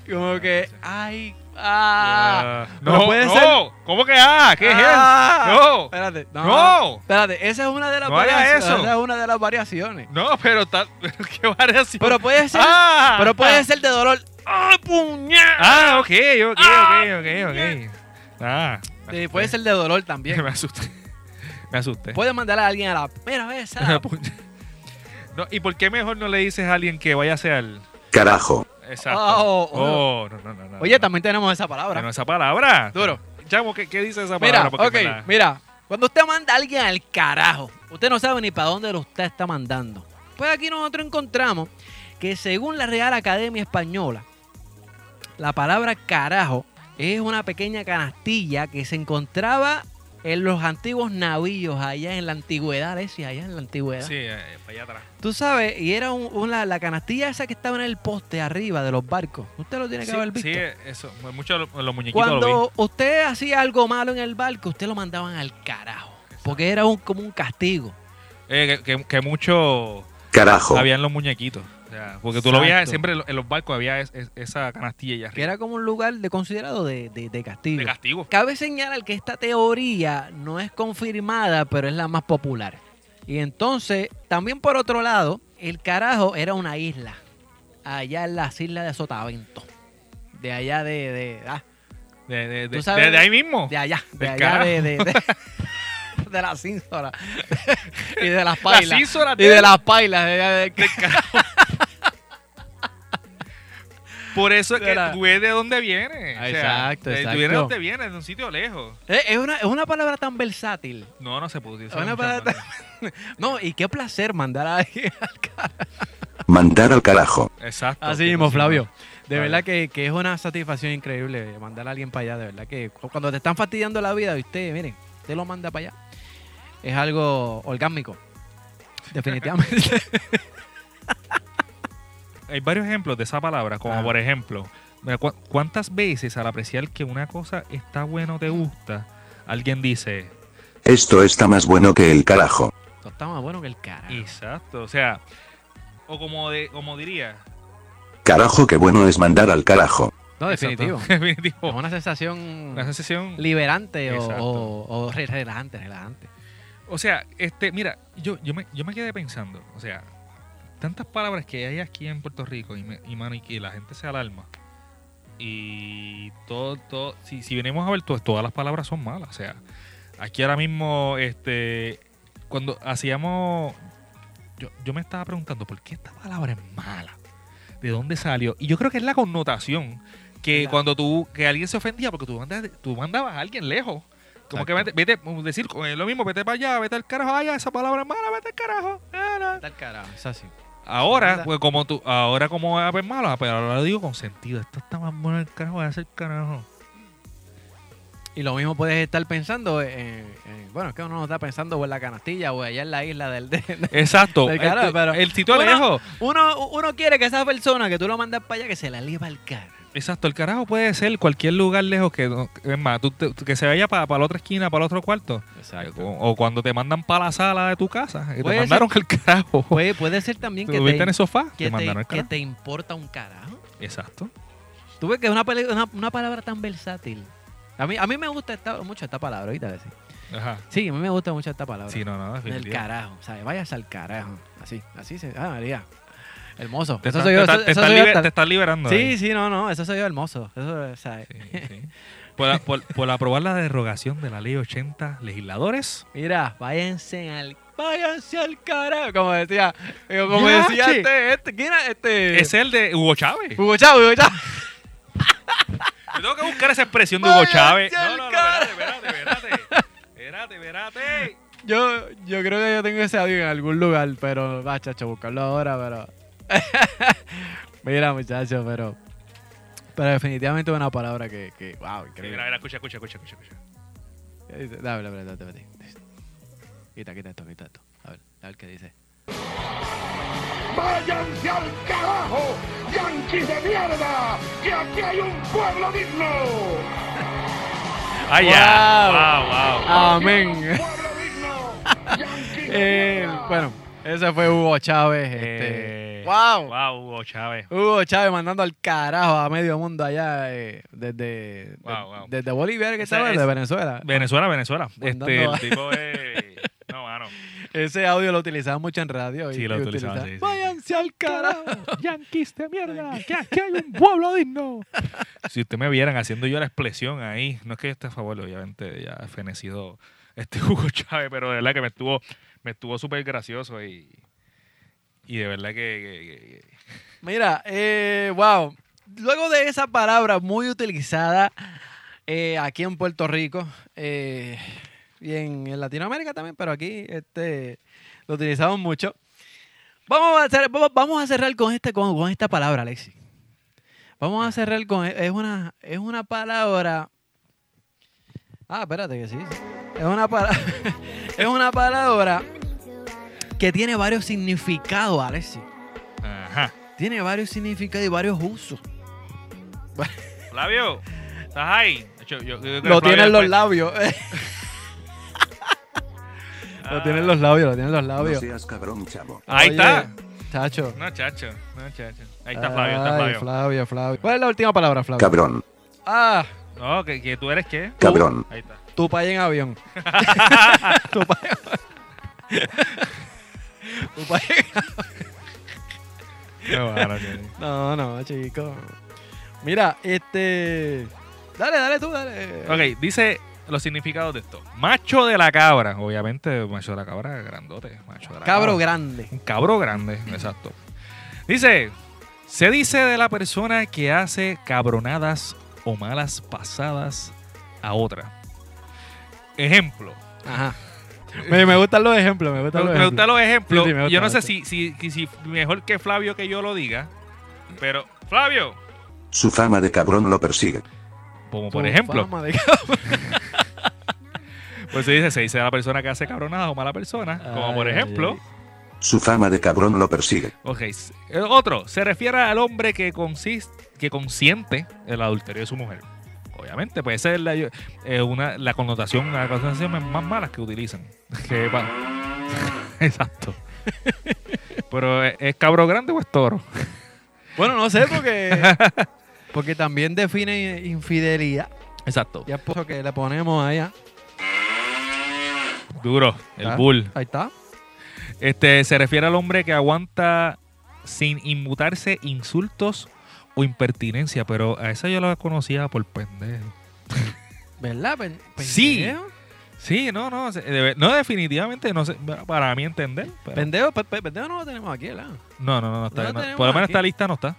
[SPEAKER 1] como que. Ay. Ah.
[SPEAKER 3] Ah,
[SPEAKER 1] pero puede ser-
[SPEAKER 3] ¿Cómo que ah? ¿Qué
[SPEAKER 1] ah.
[SPEAKER 3] es eso?
[SPEAKER 1] Espérate. No.
[SPEAKER 3] No, no,
[SPEAKER 1] Espérate. Esa es una de las
[SPEAKER 3] No hagas
[SPEAKER 1] variaciones.
[SPEAKER 3] eso.
[SPEAKER 1] Esa es una de las variaciones.
[SPEAKER 3] no, <laughs> pero tal. ¿Qué variación?
[SPEAKER 1] Pero puede ser.
[SPEAKER 3] ah,
[SPEAKER 1] Pero puede ser de dolor. ¡Ay, puñeta!
[SPEAKER 3] Ah, ok, ok, ok, ok, ok. Ah. me
[SPEAKER 1] Eh, puede
[SPEAKER 3] asusté.
[SPEAKER 1] ser de dolor también.
[SPEAKER 3] <laughs> Me asusté. Me asusté.
[SPEAKER 1] Puede mandar a alguien a la. Mira, <laughs>
[SPEAKER 3] <laughs>
[SPEAKER 1] esa.
[SPEAKER 3] pues, No, ¿Y por qué mejor no le dices a alguien que vaya hacia el.
[SPEAKER 4] Carajo.
[SPEAKER 3] Exacto.
[SPEAKER 1] Oh,
[SPEAKER 3] oh, no, no, no, no.
[SPEAKER 1] Oye,
[SPEAKER 3] no.
[SPEAKER 1] también tenemos esa palabra.
[SPEAKER 3] Bueno, esa palabra.
[SPEAKER 1] Duro.
[SPEAKER 3] Chamo, ¿qué, qué dice esa palabra?
[SPEAKER 1] Mira,
[SPEAKER 3] Porque
[SPEAKER 1] ok,
[SPEAKER 3] me la-
[SPEAKER 1] mira. Cuando usted manda a alguien al carajo, usted no sabe ni para dónde lo usted está mandando. Pues aquí nosotros encontramos que según la Real Academia Española, la palabra carajo es una pequeña canastilla que se encontraba en los antiguos navíos allá en la antigüedad, Alexis, allá en la antigüedad.
[SPEAKER 3] Sí, eh, para allá atrás.
[SPEAKER 1] Tú sabes, y era un- una- la canastilla esa que estaba en el poste arriba de los barcos. Usted lo tiene que
[SPEAKER 3] Sí,
[SPEAKER 1] haber visto.
[SPEAKER 3] sí, eso. Muchos los, los muñequitos lo vi.
[SPEAKER 1] Cuando usted hacía algo malo en el barco, usted lo mandaban al carajo. Porque era un, como un castigo.
[SPEAKER 3] Eh, que, que, que mucho
[SPEAKER 4] Carajo.
[SPEAKER 3] habían los muñequitos. O sea, porque tú lo veías
[SPEAKER 1] Exacto.
[SPEAKER 3] siempre en los- en los barcos, había es- es- esa canastilla allá
[SPEAKER 1] Que
[SPEAKER 3] arriba.
[SPEAKER 1] era como un lugar de considerado de, de- de castigo.
[SPEAKER 3] De castigo.
[SPEAKER 1] Cabe señalar que esta teoría no es confirmada, pero es la más popular. Y entonces, también por otro lado, el carajo era una isla. Allá en las islas de Sotavento. De allá de... de- ah,
[SPEAKER 3] De, de, de,
[SPEAKER 1] ¿Tú sabes?
[SPEAKER 3] de- de ahí mismo.
[SPEAKER 1] De allá, de
[SPEAKER 3] Oh, Del
[SPEAKER 1] allá de, de,
[SPEAKER 3] <laughs>
[SPEAKER 1] <laughs> de- de las ínsolas <laughs> y de las
[SPEAKER 3] Las
[SPEAKER 1] pailas.
[SPEAKER 3] ínsolas
[SPEAKER 1] y
[SPEAKER 3] de-
[SPEAKER 1] de las pailas. de allá de-
[SPEAKER 3] Por eso es
[SPEAKER 1] De
[SPEAKER 3] que
[SPEAKER 1] la-
[SPEAKER 3] tú ves de dónde viene.
[SPEAKER 1] Ah, exacto,
[SPEAKER 3] eh, Tú vienes de
[SPEAKER 1] exacto.
[SPEAKER 3] dónde vienes, de un sitio lejos.
[SPEAKER 1] Eh, es, una, es una palabra tan versátil.
[SPEAKER 3] No, no se puede utilizar.
[SPEAKER 1] Una
[SPEAKER 3] de muchas
[SPEAKER 1] palabra-
[SPEAKER 3] maneras.
[SPEAKER 1] <laughs> No, y qué placer mandar a <laughs> alguien al carajo.
[SPEAKER 4] Mandar al carajo.
[SPEAKER 3] Exacto.
[SPEAKER 1] Así mismo, Flavio. De
[SPEAKER 3] Flavio.
[SPEAKER 1] verdad que, que es una satisfacción increíble mandar a alguien para allá. De verdad que cu- cuando te están fastidiando la vida y usted, miren, usted lo manda para allá. Es algo orgánico. <laughs> Definitivamente.
[SPEAKER 3] Hay varios ejemplos de esa palabra, como
[SPEAKER 1] Ah.
[SPEAKER 3] por ejemplo, mira, cu- ¿cuántas veces al apreciar que una cosa está buena o te gusta, alguien dice,
[SPEAKER 4] Esto está más bueno que el carajo.
[SPEAKER 1] Esto está más bueno que el carajo.
[SPEAKER 3] exacto? O sea, o como, de, como diría.
[SPEAKER 4] Carajo, qué bueno es mandar al carajo.
[SPEAKER 1] No, <laughs>
[SPEAKER 3] Exacto. <laughs>
[SPEAKER 1] definitivo. Es
[SPEAKER 3] definitivo.
[SPEAKER 1] una sensación
[SPEAKER 3] Una sensación.
[SPEAKER 1] liberante o,
[SPEAKER 3] Exacto.
[SPEAKER 1] o- o re- relajante, relajante.
[SPEAKER 3] O sea, este, mira, yo, yo, me, yo me quedé pensando, o sea, tantas palabras que hay aquí en Puerto Rico y, me- y, mano, y que la gente se alarma. Y todo, todo, si, si venimos a ver, to- todas las palabras son malas. O sea, aquí ahora mismo, este, cuando hacíamos, yo, yo me estaba preguntando, ¿por qué esta palabra es mala? ¿De dónde salió? Y yo creo que es la connotación que
[SPEAKER 1] Claro.
[SPEAKER 3] cuando tú, que alguien se ofendía, porque tú, mandas, tú mandabas a alguien lejos. Como que vete,
[SPEAKER 1] Exacto.
[SPEAKER 3] vete, como decir eh, lo mismo, vete para allá, vete al carajo, ay, esa palabra es mala, vete al carajo. ah, no.
[SPEAKER 1] Tal carajo, es así.
[SPEAKER 3] Ahora,
[SPEAKER 1] Manda.
[SPEAKER 3] pues como tú, ahora como es malo, pero ahora lo digo con sentido, esto está más bueno el carajo, voy a hacer carajo.
[SPEAKER 1] Y lo mismo puedes estar pensando, eh, eh, bueno, es que uno está pensando o en la canastilla o allá en la isla del... de- de-
[SPEAKER 3] Exacto.
[SPEAKER 1] Del carajo,
[SPEAKER 3] el,
[SPEAKER 1] pero-
[SPEAKER 3] el sitio
[SPEAKER 1] Bueno.
[SPEAKER 3] lejos.
[SPEAKER 1] Uno, uno quiere que esa persona que tú lo mandas para allá, que se la lleva al cara.
[SPEAKER 3] Exacto, el carajo puede ser cualquier lugar lejos que, no- es más, tú te- que se vaya para la otra esquina, para el otro cuarto. O, o cuando te mandan para la sala de tu casa, que te
[SPEAKER 1] Puede ser-
[SPEAKER 3] mandaron al carajo.
[SPEAKER 1] Puede, puede ser también que
[SPEAKER 3] <laughs> Estuviste en
[SPEAKER 1] te,
[SPEAKER 3] el sofá,
[SPEAKER 1] que
[SPEAKER 3] te
[SPEAKER 1] te-
[SPEAKER 3] mandaron al
[SPEAKER 1] que
[SPEAKER 3] carajo.
[SPEAKER 1] te importa un carajo.
[SPEAKER 3] Exacto.
[SPEAKER 1] Tú ves que es una, pele- una, una palabra tan versátil. A mí, a mí me gusta esta- mucho esta palabra, ahorita decir.
[SPEAKER 3] Ajá.
[SPEAKER 1] Sí, a mí me gusta mucho esta palabra.
[SPEAKER 3] Sí, no, no,
[SPEAKER 1] Del
[SPEAKER 3] definitivo.
[SPEAKER 1] carajo, ¿sabes? Vayas al carajo. Así, así se. Ah, María. Hermoso.
[SPEAKER 3] Te
[SPEAKER 1] Eso
[SPEAKER 3] están-
[SPEAKER 1] soy
[SPEAKER 3] te
[SPEAKER 1] yo.
[SPEAKER 3] están-
[SPEAKER 1] eso-
[SPEAKER 3] te
[SPEAKER 1] eso
[SPEAKER 3] están
[SPEAKER 1] soy yo
[SPEAKER 3] liber-
[SPEAKER 1] hasta-
[SPEAKER 3] te están liberando.
[SPEAKER 1] Sí,
[SPEAKER 3] ahí.
[SPEAKER 1] sí, no, no. Eso soy yo hermoso. Eso, o sea,
[SPEAKER 3] Sí, sí. Por, por- por aprobar la derogación de la ley 80, legisladores.
[SPEAKER 1] Mira, váyanse al. Váyanse al carajo. Como decía. digo, Como
[SPEAKER 3] Ya,
[SPEAKER 1] decía
[SPEAKER 3] che.
[SPEAKER 1] este, este. ¿Quién era este?
[SPEAKER 3] Es el de Hugo Chávez.
[SPEAKER 1] Hugo Chávez, Hugo Chávez. <laughs>
[SPEAKER 3] Yo tengo que buscar esa expresión de Hugo
[SPEAKER 1] Vaya
[SPEAKER 3] Chávez.
[SPEAKER 1] sea
[SPEAKER 3] No,
[SPEAKER 1] el
[SPEAKER 3] no, no,
[SPEAKER 1] cara.
[SPEAKER 3] espérate, espérate, espérate. Espérate, espérate.
[SPEAKER 1] Yo, yo creo que yo tengo ese audio en algún lugar, pero va, chacho, buscarlo ahora, pero. <laughs> Mira, muchachos, pero. Pero definitivamente una palabra que. que wow,
[SPEAKER 3] Mira,
[SPEAKER 1] increíble.
[SPEAKER 3] mira, escucha, escucha, escucha, escucha. escucha.
[SPEAKER 1] Eh, Dame, dame, dame, dame, dame. Quita, quita esto, quita esto. A ver, a ver qué dice.
[SPEAKER 5] ¡Váyanse al carajo! ¡Yanquis de mierda! ¡Que aquí hay un pueblo digno!
[SPEAKER 3] ¡Ay, Ah, ya! ¡Wow, wow!
[SPEAKER 1] Amén.
[SPEAKER 5] ¡Pueblo digno! ¡Yanquis de
[SPEAKER 1] Eh,
[SPEAKER 5] mierda!
[SPEAKER 1] bueno, ese fue Hugo Chávez. Este.
[SPEAKER 3] Eh,
[SPEAKER 1] ¡Wow!
[SPEAKER 3] ¡Wow, Hugo Chávez!
[SPEAKER 1] Hugo Chávez mandando al carajo a medio mundo allá eh, desde,
[SPEAKER 3] Wow,
[SPEAKER 1] de-
[SPEAKER 3] wow.
[SPEAKER 1] desde Bolivia, que
[SPEAKER 3] Esa
[SPEAKER 1] estaba,
[SPEAKER 3] es-
[SPEAKER 1] desde Venezuela.
[SPEAKER 3] Venezuela, Venezuela.
[SPEAKER 1] Mandando
[SPEAKER 3] Este,
[SPEAKER 1] a-
[SPEAKER 3] el tipo es... No, mano.
[SPEAKER 1] Ese audio lo utilizaban mucho en radio. y-
[SPEAKER 3] Sí, lo
[SPEAKER 1] y
[SPEAKER 3] utilizaban, sí, sí, sí.
[SPEAKER 1] Váyanse al carajo.
[SPEAKER 3] ¡Yanquis de mierda! ¡Que aquí hay un pueblo digno! Si usted me vieran haciendo yo la expresión ahí, no es que yo esté a favor, obviamente, ya ha fenecido este <laughs> Hugo Chávez, pero de verdad que me estuvo me estuvo súper gracioso y... Y de verdad que- que- que
[SPEAKER 1] Mira, eh, wow. Luego de esa palabra muy utilizada eh, aquí en Puerto Rico eh, y en, en Latinoamérica también, pero aquí este, lo utilizamos mucho. Vamos a, hacer- vamos- vamos a cerrar con, este, con, con esta palabra, Alexi. Vamos a cerrar con... Es una, es una palabra... Ah, espérate que sí. sí. Es una, pala- <laughs> es una palabra que tiene varios significados, Alexi.
[SPEAKER 3] Ajá.
[SPEAKER 1] Tiene varios significados y varios usos.
[SPEAKER 3] Flavio, ¿estás ahí? De hecho, yo- yo creo que
[SPEAKER 1] Lo
[SPEAKER 3] Flavio
[SPEAKER 1] tienen los
[SPEAKER 3] después-
[SPEAKER 1] labios.
[SPEAKER 3] <laughs>
[SPEAKER 1] lo tienen los labios, lo tienen los
[SPEAKER 4] No
[SPEAKER 1] labios.
[SPEAKER 4] seas cabrón, chavo.
[SPEAKER 3] Ah, Ahí
[SPEAKER 1] Oye,
[SPEAKER 3] está.
[SPEAKER 1] Chacho.
[SPEAKER 3] No, chacho. No, chacho. Ahí está Flavio, está
[SPEAKER 1] Ay,
[SPEAKER 3] Flavio.
[SPEAKER 1] Flavio, Flavio. ¿Cuál es la última palabra, Flavio?
[SPEAKER 4] Cabrón,
[SPEAKER 1] Ah,
[SPEAKER 3] No, que, que tú eres qué.
[SPEAKER 4] cabrón,
[SPEAKER 3] Ahí está.
[SPEAKER 1] tu pay en avión.
[SPEAKER 3] <laughs>
[SPEAKER 1] tu pay tu pay en No, no, chico. Mira, este. Dale, dale tú, dale.
[SPEAKER 3] ok, dice los significados de esto. Macho de la cabra. Obviamente, macho de la cabra, grandote. Macho de la
[SPEAKER 1] Cabro
[SPEAKER 3] cabra.
[SPEAKER 1] grande.
[SPEAKER 3] Un cabro grande, exacto. Dice, se dice de la persona que hace cabronadas o malas pasadas a otra. Ejemplo.
[SPEAKER 1] Ajá. Me, me gustan los ejemplos, me
[SPEAKER 3] Me,
[SPEAKER 1] gustan los
[SPEAKER 3] me gustan
[SPEAKER 1] ejemplos.
[SPEAKER 3] los ejemplos.
[SPEAKER 1] Sí, sí, me gusta,
[SPEAKER 3] yo no
[SPEAKER 1] me
[SPEAKER 3] sé
[SPEAKER 1] gusta.
[SPEAKER 3] si, si, si- si mejor que Flavio que yo lo diga, pero Flavio,
[SPEAKER 4] su fama de cabrón lo persigue.
[SPEAKER 3] como
[SPEAKER 1] Tu
[SPEAKER 3] por ejemplo,
[SPEAKER 1] fama de-
[SPEAKER 3] <laughs> pues se dice, se dice a la persona que hace cabronada o mala persona, como por
[SPEAKER 1] Ay,
[SPEAKER 3] ejemplo,
[SPEAKER 1] ay,
[SPEAKER 4] Su fama de cabrón lo persigue.
[SPEAKER 3] ok, s- el otro, se refiere al hombre que consiste, que consiente el adulterio de su mujer. Obviamente, pues esa es la, eh, una, la connotación, una de las connotaciones más malas que utilizan. <laughs> Que va- Exacto. <laughs> Pero eh, ¿es- ¿es cabro grande o es toro?
[SPEAKER 1] Bueno, no sé, porque. <laughs> porque también define infidelidad.
[SPEAKER 3] Exacto.
[SPEAKER 1] Ya es por eso que le ponemos allá.
[SPEAKER 3] Duro, el
[SPEAKER 1] Ah.
[SPEAKER 3] bull.
[SPEAKER 1] Ahí está.
[SPEAKER 3] Este se refiere al hombre que aguanta sin inmutarse insultos o impertinencia, pero a esa yo la conocía por pendejo.
[SPEAKER 1] ¿Verdad? Pen-
[SPEAKER 3] Sí.
[SPEAKER 1] pendejo.
[SPEAKER 3] Sí, no, no, se- de- no definitivamente, no sé, para mí entender. pero-
[SPEAKER 1] Pendejo, pe- pe- pendejo no lo tenemos aquí, ¿verdad?
[SPEAKER 3] no, no, no, no está,
[SPEAKER 1] No lo
[SPEAKER 3] no,
[SPEAKER 1] tenemos
[SPEAKER 3] por lo menos
[SPEAKER 1] aquí.
[SPEAKER 3] esta lista no está.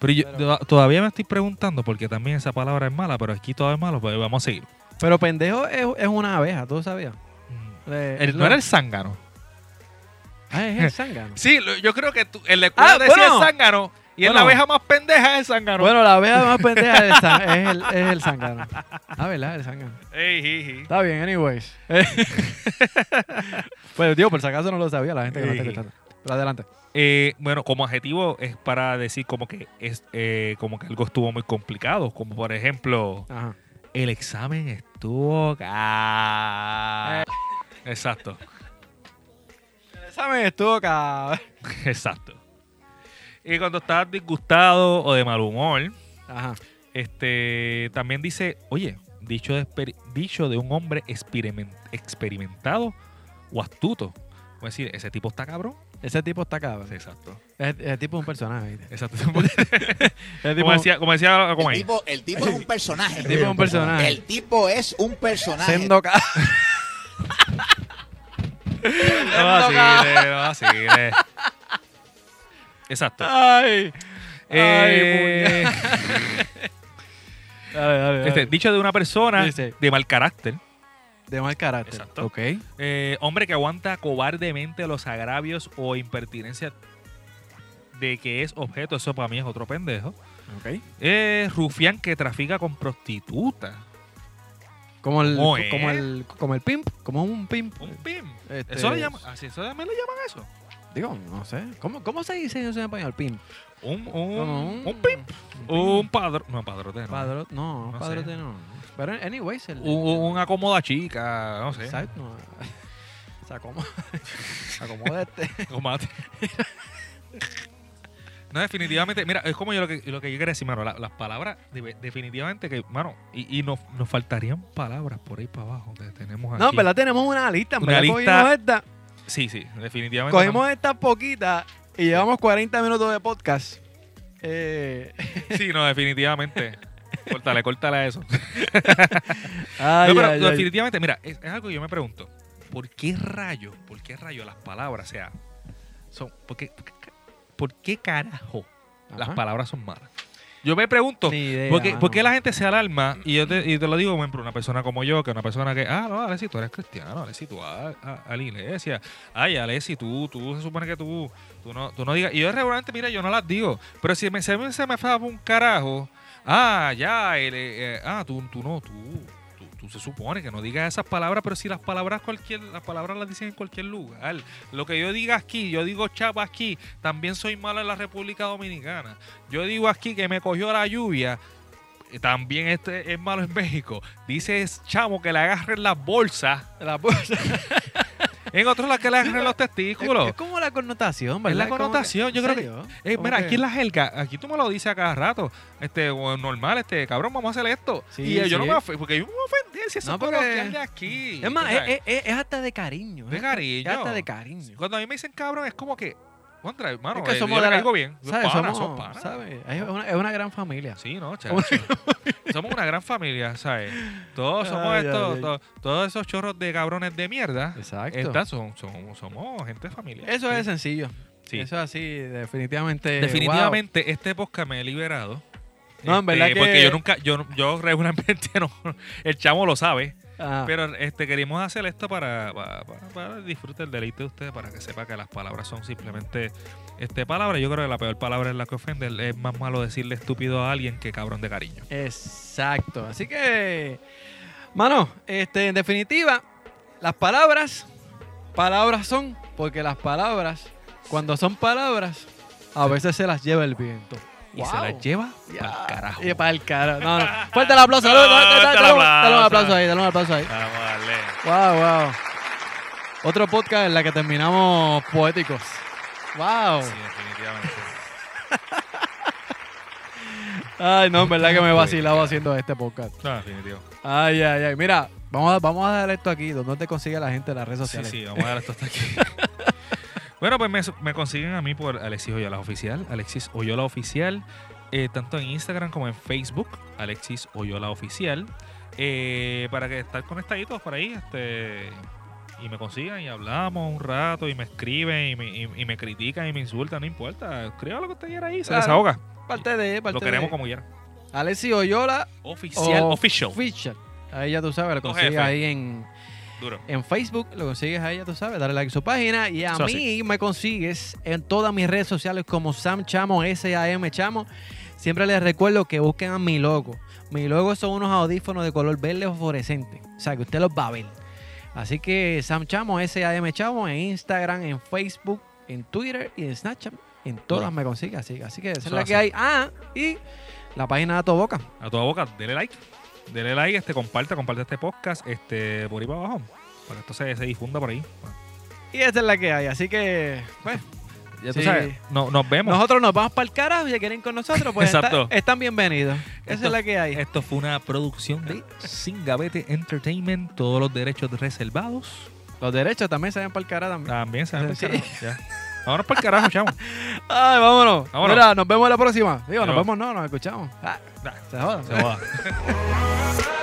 [SPEAKER 3] Pero yo
[SPEAKER 1] Pero-
[SPEAKER 3] to- todavía me estoy preguntando porque también esa palabra es mala, pero aquí todo es malo, pues vamos a seguir.
[SPEAKER 1] Pero pendejo es, es una abeja, ¿tú sabías? Eh,
[SPEAKER 3] Mm. El-
[SPEAKER 1] lo-
[SPEAKER 3] no era el zángano.
[SPEAKER 1] Ah, es el zángano.
[SPEAKER 3] <laughs> Sí, lo- yo creo que tú- en la
[SPEAKER 1] Ah, bueno.
[SPEAKER 3] zángano y
[SPEAKER 1] Bueno.
[SPEAKER 3] más pendeja es el zángano.
[SPEAKER 1] Bueno, la abeja más pendeja es el, zan- es el, es el zángano. Ah, ¿verdad? El zángano.
[SPEAKER 3] Ey, ey, ey.
[SPEAKER 1] Está bien,
[SPEAKER 3] <laughs>
[SPEAKER 1] anyways. pues, tío, por si acaso no lo sabía la gente que lo está
[SPEAKER 3] Sí.
[SPEAKER 1] escuchando. Pero adelante.
[SPEAKER 3] Eh, bueno, como adjetivo es para decir como que es eh, como que algo estuvo muy complicado, como por ejemplo
[SPEAKER 1] Ajá.
[SPEAKER 3] el examen estuvo. ca- Exacto,
[SPEAKER 1] El examen estuvo cabrón.
[SPEAKER 3] <laughs> exacto. Y cuando estás disgustado o de mal humor,
[SPEAKER 1] Ajá.
[SPEAKER 3] este también dice, oye, dicho de, exper- dicho de un hombre experimen- experimentado o astuto, es decir, ese tipo está cabrón.
[SPEAKER 1] Ese tipo está cabrón.
[SPEAKER 3] Sí, exacto.
[SPEAKER 1] Ese, ese tipo es un personaje. ¿viste?
[SPEAKER 3] Exacto. <laughs>
[SPEAKER 1] Ese tipo,
[SPEAKER 3] como decía, como decía
[SPEAKER 6] El
[SPEAKER 3] Comay,
[SPEAKER 6] tipo, el tipo es un
[SPEAKER 1] el
[SPEAKER 6] personaje.
[SPEAKER 1] tipo es un personaje.
[SPEAKER 6] El tipo es un personaje.
[SPEAKER 1] Sendo ca-
[SPEAKER 3] No vacile, no vacile. Exacto.
[SPEAKER 1] <laughs> Ay.
[SPEAKER 3] Eh,
[SPEAKER 1] Dale, dale, dale.
[SPEAKER 3] este, dicho de una persona
[SPEAKER 1] Dice.
[SPEAKER 3] de mal carácter,
[SPEAKER 1] de mal carácter.
[SPEAKER 3] Exacto.
[SPEAKER 1] Ok.
[SPEAKER 3] eh, hombre que aguanta cobardemente los agravios o impertinencia de que es objeto, eso para mí es otro pendejo.
[SPEAKER 1] Ok.
[SPEAKER 3] Eh, rufián que trafica con prostitutas.
[SPEAKER 1] Como el,
[SPEAKER 3] ¿Cómo es?
[SPEAKER 1] como el, como el pimp, como un pimp.
[SPEAKER 3] Un pim.
[SPEAKER 1] Este,
[SPEAKER 3] Eso le llaman, así, eso también le llaman eso.
[SPEAKER 1] Digo, no sé. ¿Cómo, cómo se dice eso en español? Pimp.
[SPEAKER 3] Un,
[SPEAKER 1] Como
[SPEAKER 3] un,
[SPEAKER 1] un-
[SPEAKER 3] un pim. Un padrón. No, padrote. No.
[SPEAKER 1] Padro, no,
[SPEAKER 3] No
[SPEAKER 1] padrote
[SPEAKER 3] sé.
[SPEAKER 1] no. Pero, anyways, el.
[SPEAKER 3] Un, un acomoda chica. No sé.
[SPEAKER 1] ¿sabes? No. <laughs> Se acomoda. <laughs> Se acomoda este.
[SPEAKER 3] Tomate. No, definitivamente, mira, es como yo lo que, lo que yo quería decir, mano, la- las palabras, de- definitivamente que, mano, y, y nos, nos faltarían palabras por ahí para abajo que tenemos aquí.
[SPEAKER 1] No, en verdad tenemos una lista. En
[SPEAKER 3] Una
[SPEAKER 1] verdad
[SPEAKER 3] lista-
[SPEAKER 1] cogimos esta,
[SPEAKER 3] Sí, sí, definitivamente.
[SPEAKER 1] cogimos estas poquitas y llevamos 40 minutos de podcast. Eh, <laughs>
[SPEAKER 3] Sí, no, definitivamente. córtale, córtale a eso.
[SPEAKER 1] ay,
[SPEAKER 3] No,
[SPEAKER 1] <laughs>
[SPEAKER 3] pero
[SPEAKER 1] ay, ay.
[SPEAKER 3] definitivamente, mira, es, es algo que yo me pregunto. ¿Por qué rayo, por qué rayo las palabras, o sea, son, por qué, por qué- por qué carajo las
[SPEAKER 1] Ajá.
[SPEAKER 3] palabras son malas? Yo me pregunto,
[SPEAKER 1] Ni idea,
[SPEAKER 3] ¿Por qué,
[SPEAKER 1] mano.
[SPEAKER 3] por qué la gente se alarma? Y yo te, y te lo digo, por ejemplo, una persona como yo, que una persona que, ah, no, Alexi, tú eres cristiano, Alexi, tú vas a, a la iglesia. Ay, Alexi, tú, tú, se supone que tú, tú no, tú no digas. Y yo regularmente, mira, yo no las digo. Pero si me, se, me- se me fue un carajo, ah, ya, el, eh, eh, ah, tú, tú no, tú, tú, tú se supone que no digas esas palabras, pero si las palabras cualquier, las palabras las dicen en cualquier lugar. Lo que yo diga aquí, yo digo chapa aquí, también soy malo en la República Dominicana. Yo digo aquí que me cogió la lluvia, eh, también este es malo en México. Dice chamo que le agarren las bolsas.
[SPEAKER 1] La bolsa.
[SPEAKER 3] En otros la que le agarren los
[SPEAKER 1] Es,
[SPEAKER 3] testículos.
[SPEAKER 1] es como la connotación,
[SPEAKER 3] Es
[SPEAKER 1] ¿verdad?
[SPEAKER 3] la
[SPEAKER 1] como
[SPEAKER 3] connotación, yo
[SPEAKER 1] ¿en
[SPEAKER 3] creo que.
[SPEAKER 1] serio?
[SPEAKER 3] Eh,
[SPEAKER 1] Como
[SPEAKER 3] mira,
[SPEAKER 1] que-
[SPEAKER 3] aquí en la jerga, aquí tú me lo dices a cada rato. Este, o normal, este, cabrón, vamos a hacer esto.
[SPEAKER 1] Sí,
[SPEAKER 3] y eh, yo no
[SPEAKER 1] sí.
[SPEAKER 3] me ofendí, porque yo me ofendí si eso
[SPEAKER 1] No,
[SPEAKER 3] no,
[SPEAKER 1] porque-
[SPEAKER 3] coloquial de aquí.
[SPEAKER 1] Es más, eh,
[SPEAKER 3] tú sabes.
[SPEAKER 1] es, es- es- es hasta de cariño. ¿eh?
[SPEAKER 3] De
[SPEAKER 1] es hasta-
[SPEAKER 3] cariño.
[SPEAKER 1] Es hasta de cariño.
[SPEAKER 3] Cuando a mí me dicen cabrón, es como que. Contra, hermano,
[SPEAKER 1] eh. Es que
[SPEAKER 3] eh,
[SPEAKER 1] somos
[SPEAKER 3] yo le
[SPEAKER 1] de la-
[SPEAKER 3] caigo bien. Yo
[SPEAKER 1] ¿Sabes?
[SPEAKER 3] pana,
[SPEAKER 1] Somos-
[SPEAKER 3] son pana.
[SPEAKER 1] ¿sabes? Es una, es una gran familia.
[SPEAKER 3] Sí,
[SPEAKER 1] <laughs>
[SPEAKER 3] no, chacho. somos una gran familia, ¿sabes? Todos somos
[SPEAKER 1] Ay, ay,
[SPEAKER 3] estos,
[SPEAKER 1] ay.
[SPEAKER 3] to- todos esos chorros de cabrones de mierda.
[SPEAKER 1] Exacto.
[SPEAKER 3] Estas son, son- somos gente familiar.
[SPEAKER 1] Eso es sencillo.
[SPEAKER 3] Sí.
[SPEAKER 1] Eso es así, definitivamente.
[SPEAKER 3] Definitivamente este podcast me he liberado.
[SPEAKER 1] No, en
[SPEAKER 3] Este,
[SPEAKER 1] verdad que-
[SPEAKER 3] Porque yo nunca, yo, no- yo regularmente <laughs> no, el chamo lo sabe,
[SPEAKER 1] wow. Ah,
[SPEAKER 3] pero este queríamos hacer esto para, para, para- para el disfrute el deleite de ustedes, para que sepa que las palabras son simplemente este palabra. Yo creo que la peor palabra es la que ofende, es más malo decirle estúpido a alguien que cabrón de cariño.
[SPEAKER 1] Exacto. Así que, mano, este, en definitiva, las palabras, palabras son, porque las palabras, cuando son palabras, a veces se las lleva el viento.
[SPEAKER 3] Y se
[SPEAKER 1] Wow.
[SPEAKER 3] las lleva al carajo.
[SPEAKER 1] Y para el carajo. No, no. <laughs> Fuerte el aplauso. Dale, dale, dale, dale, dale, dale un aplauso ahí, dale un aplauso ahí.
[SPEAKER 3] Vamos a darle.
[SPEAKER 1] Wow, wow. Otro podcast en la que terminamos poéticos. Wow.
[SPEAKER 3] Sí, definitivamente.
[SPEAKER 1] Ay, no, en verdad que me he vacilado haciendo este podcast.
[SPEAKER 3] No, definitivo.
[SPEAKER 1] Ay, ay, ay. Mira, vamos a, vamos a dejar esto aquí. ¿Dónde te consigue la gente en las redes
[SPEAKER 3] Sí,
[SPEAKER 1] sociales?
[SPEAKER 3] sí, vamos a dar esto
[SPEAKER 1] <laughs>
[SPEAKER 3] hasta aquí. bueno, pues me, me consiguen a mí por Alexis Oyola Oficial, Alexis Oyola Oficial, eh, tanto en Instagram como en Facebook, Alexis Oyola Oficial, eh, para que estar conectaditos por ahí, este y me consigan y hablamos un rato y me escriben y me, y- y me critican y me insultan, no importa, escriba lo que usted quiera ahí, se
[SPEAKER 1] Claro,
[SPEAKER 3] desahoga,
[SPEAKER 1] Parte de, parte
[SPEAKER 3] lo queremos
[SPEAKER 1] de.
[SPEAKER 3] como quiera.
[SPEAKER 1] Alexi Oyola.
[SPEAKER 3] Oficial,
[SPEAKER 1] o-
[SPEAKER 3] official,
[SPEAKER 1] Fischer. Ahí ya tú sabes, lo
[SPEAKER 3] Con
[SPEAKER 1] consigues
[SPEAKER 3] jefe.
[SPEAKER 1] ahí en,
[SPEAKER 3] duro.
[SPEAKER 1] en Facebook, lo consigues ahí, ya tú sabes, dale like a su página. Y a
[SPEAKER 3] Eso
[SPEAKER 1] mí
[SPEAKER 3] así.
[SPEAKER 1] me consigues en todas mis redes sociales como Sam Chamo, S-A-M Chamo. Siempre les recuerdo que busquen a mi logo. Mi logo son unos audífonos de color verde fluorescente. O sea, que usted los va a ver. Así que Sam Chamo, S-A-M Chamo, en Instagram, en Facebook, en Twitter y en Snapchat. En todas
[SPEAKER 3] Duro.
[SPEAKER 1] me consigue así. Así que esa es
[SPEAKER 3] Eso
[SPEAKER 1] la
[SPEAKER 3] así.
[SPEAKER 1] que hay. Ah, y la página de Toboca.
[SPEAKER 3] a toda boca, dele like. Dele like, este, comparte, comparte este podcast, este, por ahí para abajo. Para que esto se, se difunda por ahí.
[SPEAKER 1] Y esa es la que hay. Así que, pues,
[SPEAKER 3] Ya tú
[SPEAKER 1] Sí.
[SPEAKER 3] sabes, no- nos vemos.
[SPEAKER 1] Nosotros nos vamos para el carajo y si quieren con nosotros, pues
[SPEAKER 3] Exacto.
[SPEAKER 1] está- están bienvenidos. Esa
[SPEAKER 3] Esto- eh,
[SPEAKER 1] es la que hay.
[SPEAKER 3] Esto fue una producción de Singabete Entertainment, todos los derechos reservados.
[SPEAKER 1] Los derechos también se ven para el carajo también.
[SPEAKER 3] También se
[SPEAKER 1] Sí.
[SPEAKER 3] sí. Vámonos para el
[SPEAKER 1] <laughs>
[SPEAKER 3] carajo, chamo.
[SPEAKER 1] Ay, vámonos.
[SPEAKER 3] Vámonos.
[SPEAKER 1] Mira, nos vemos la próxima. Digo, nos
[SPEAKER 3] Pero-
[SPEAKER 1] vemos, no, nos escuchamos. Ah,
[SPEAKER 3] Nah,
[SPEAKER 1] se jodan.
[SPEAKER 3] se joda.
[SPEAKER 2] Thank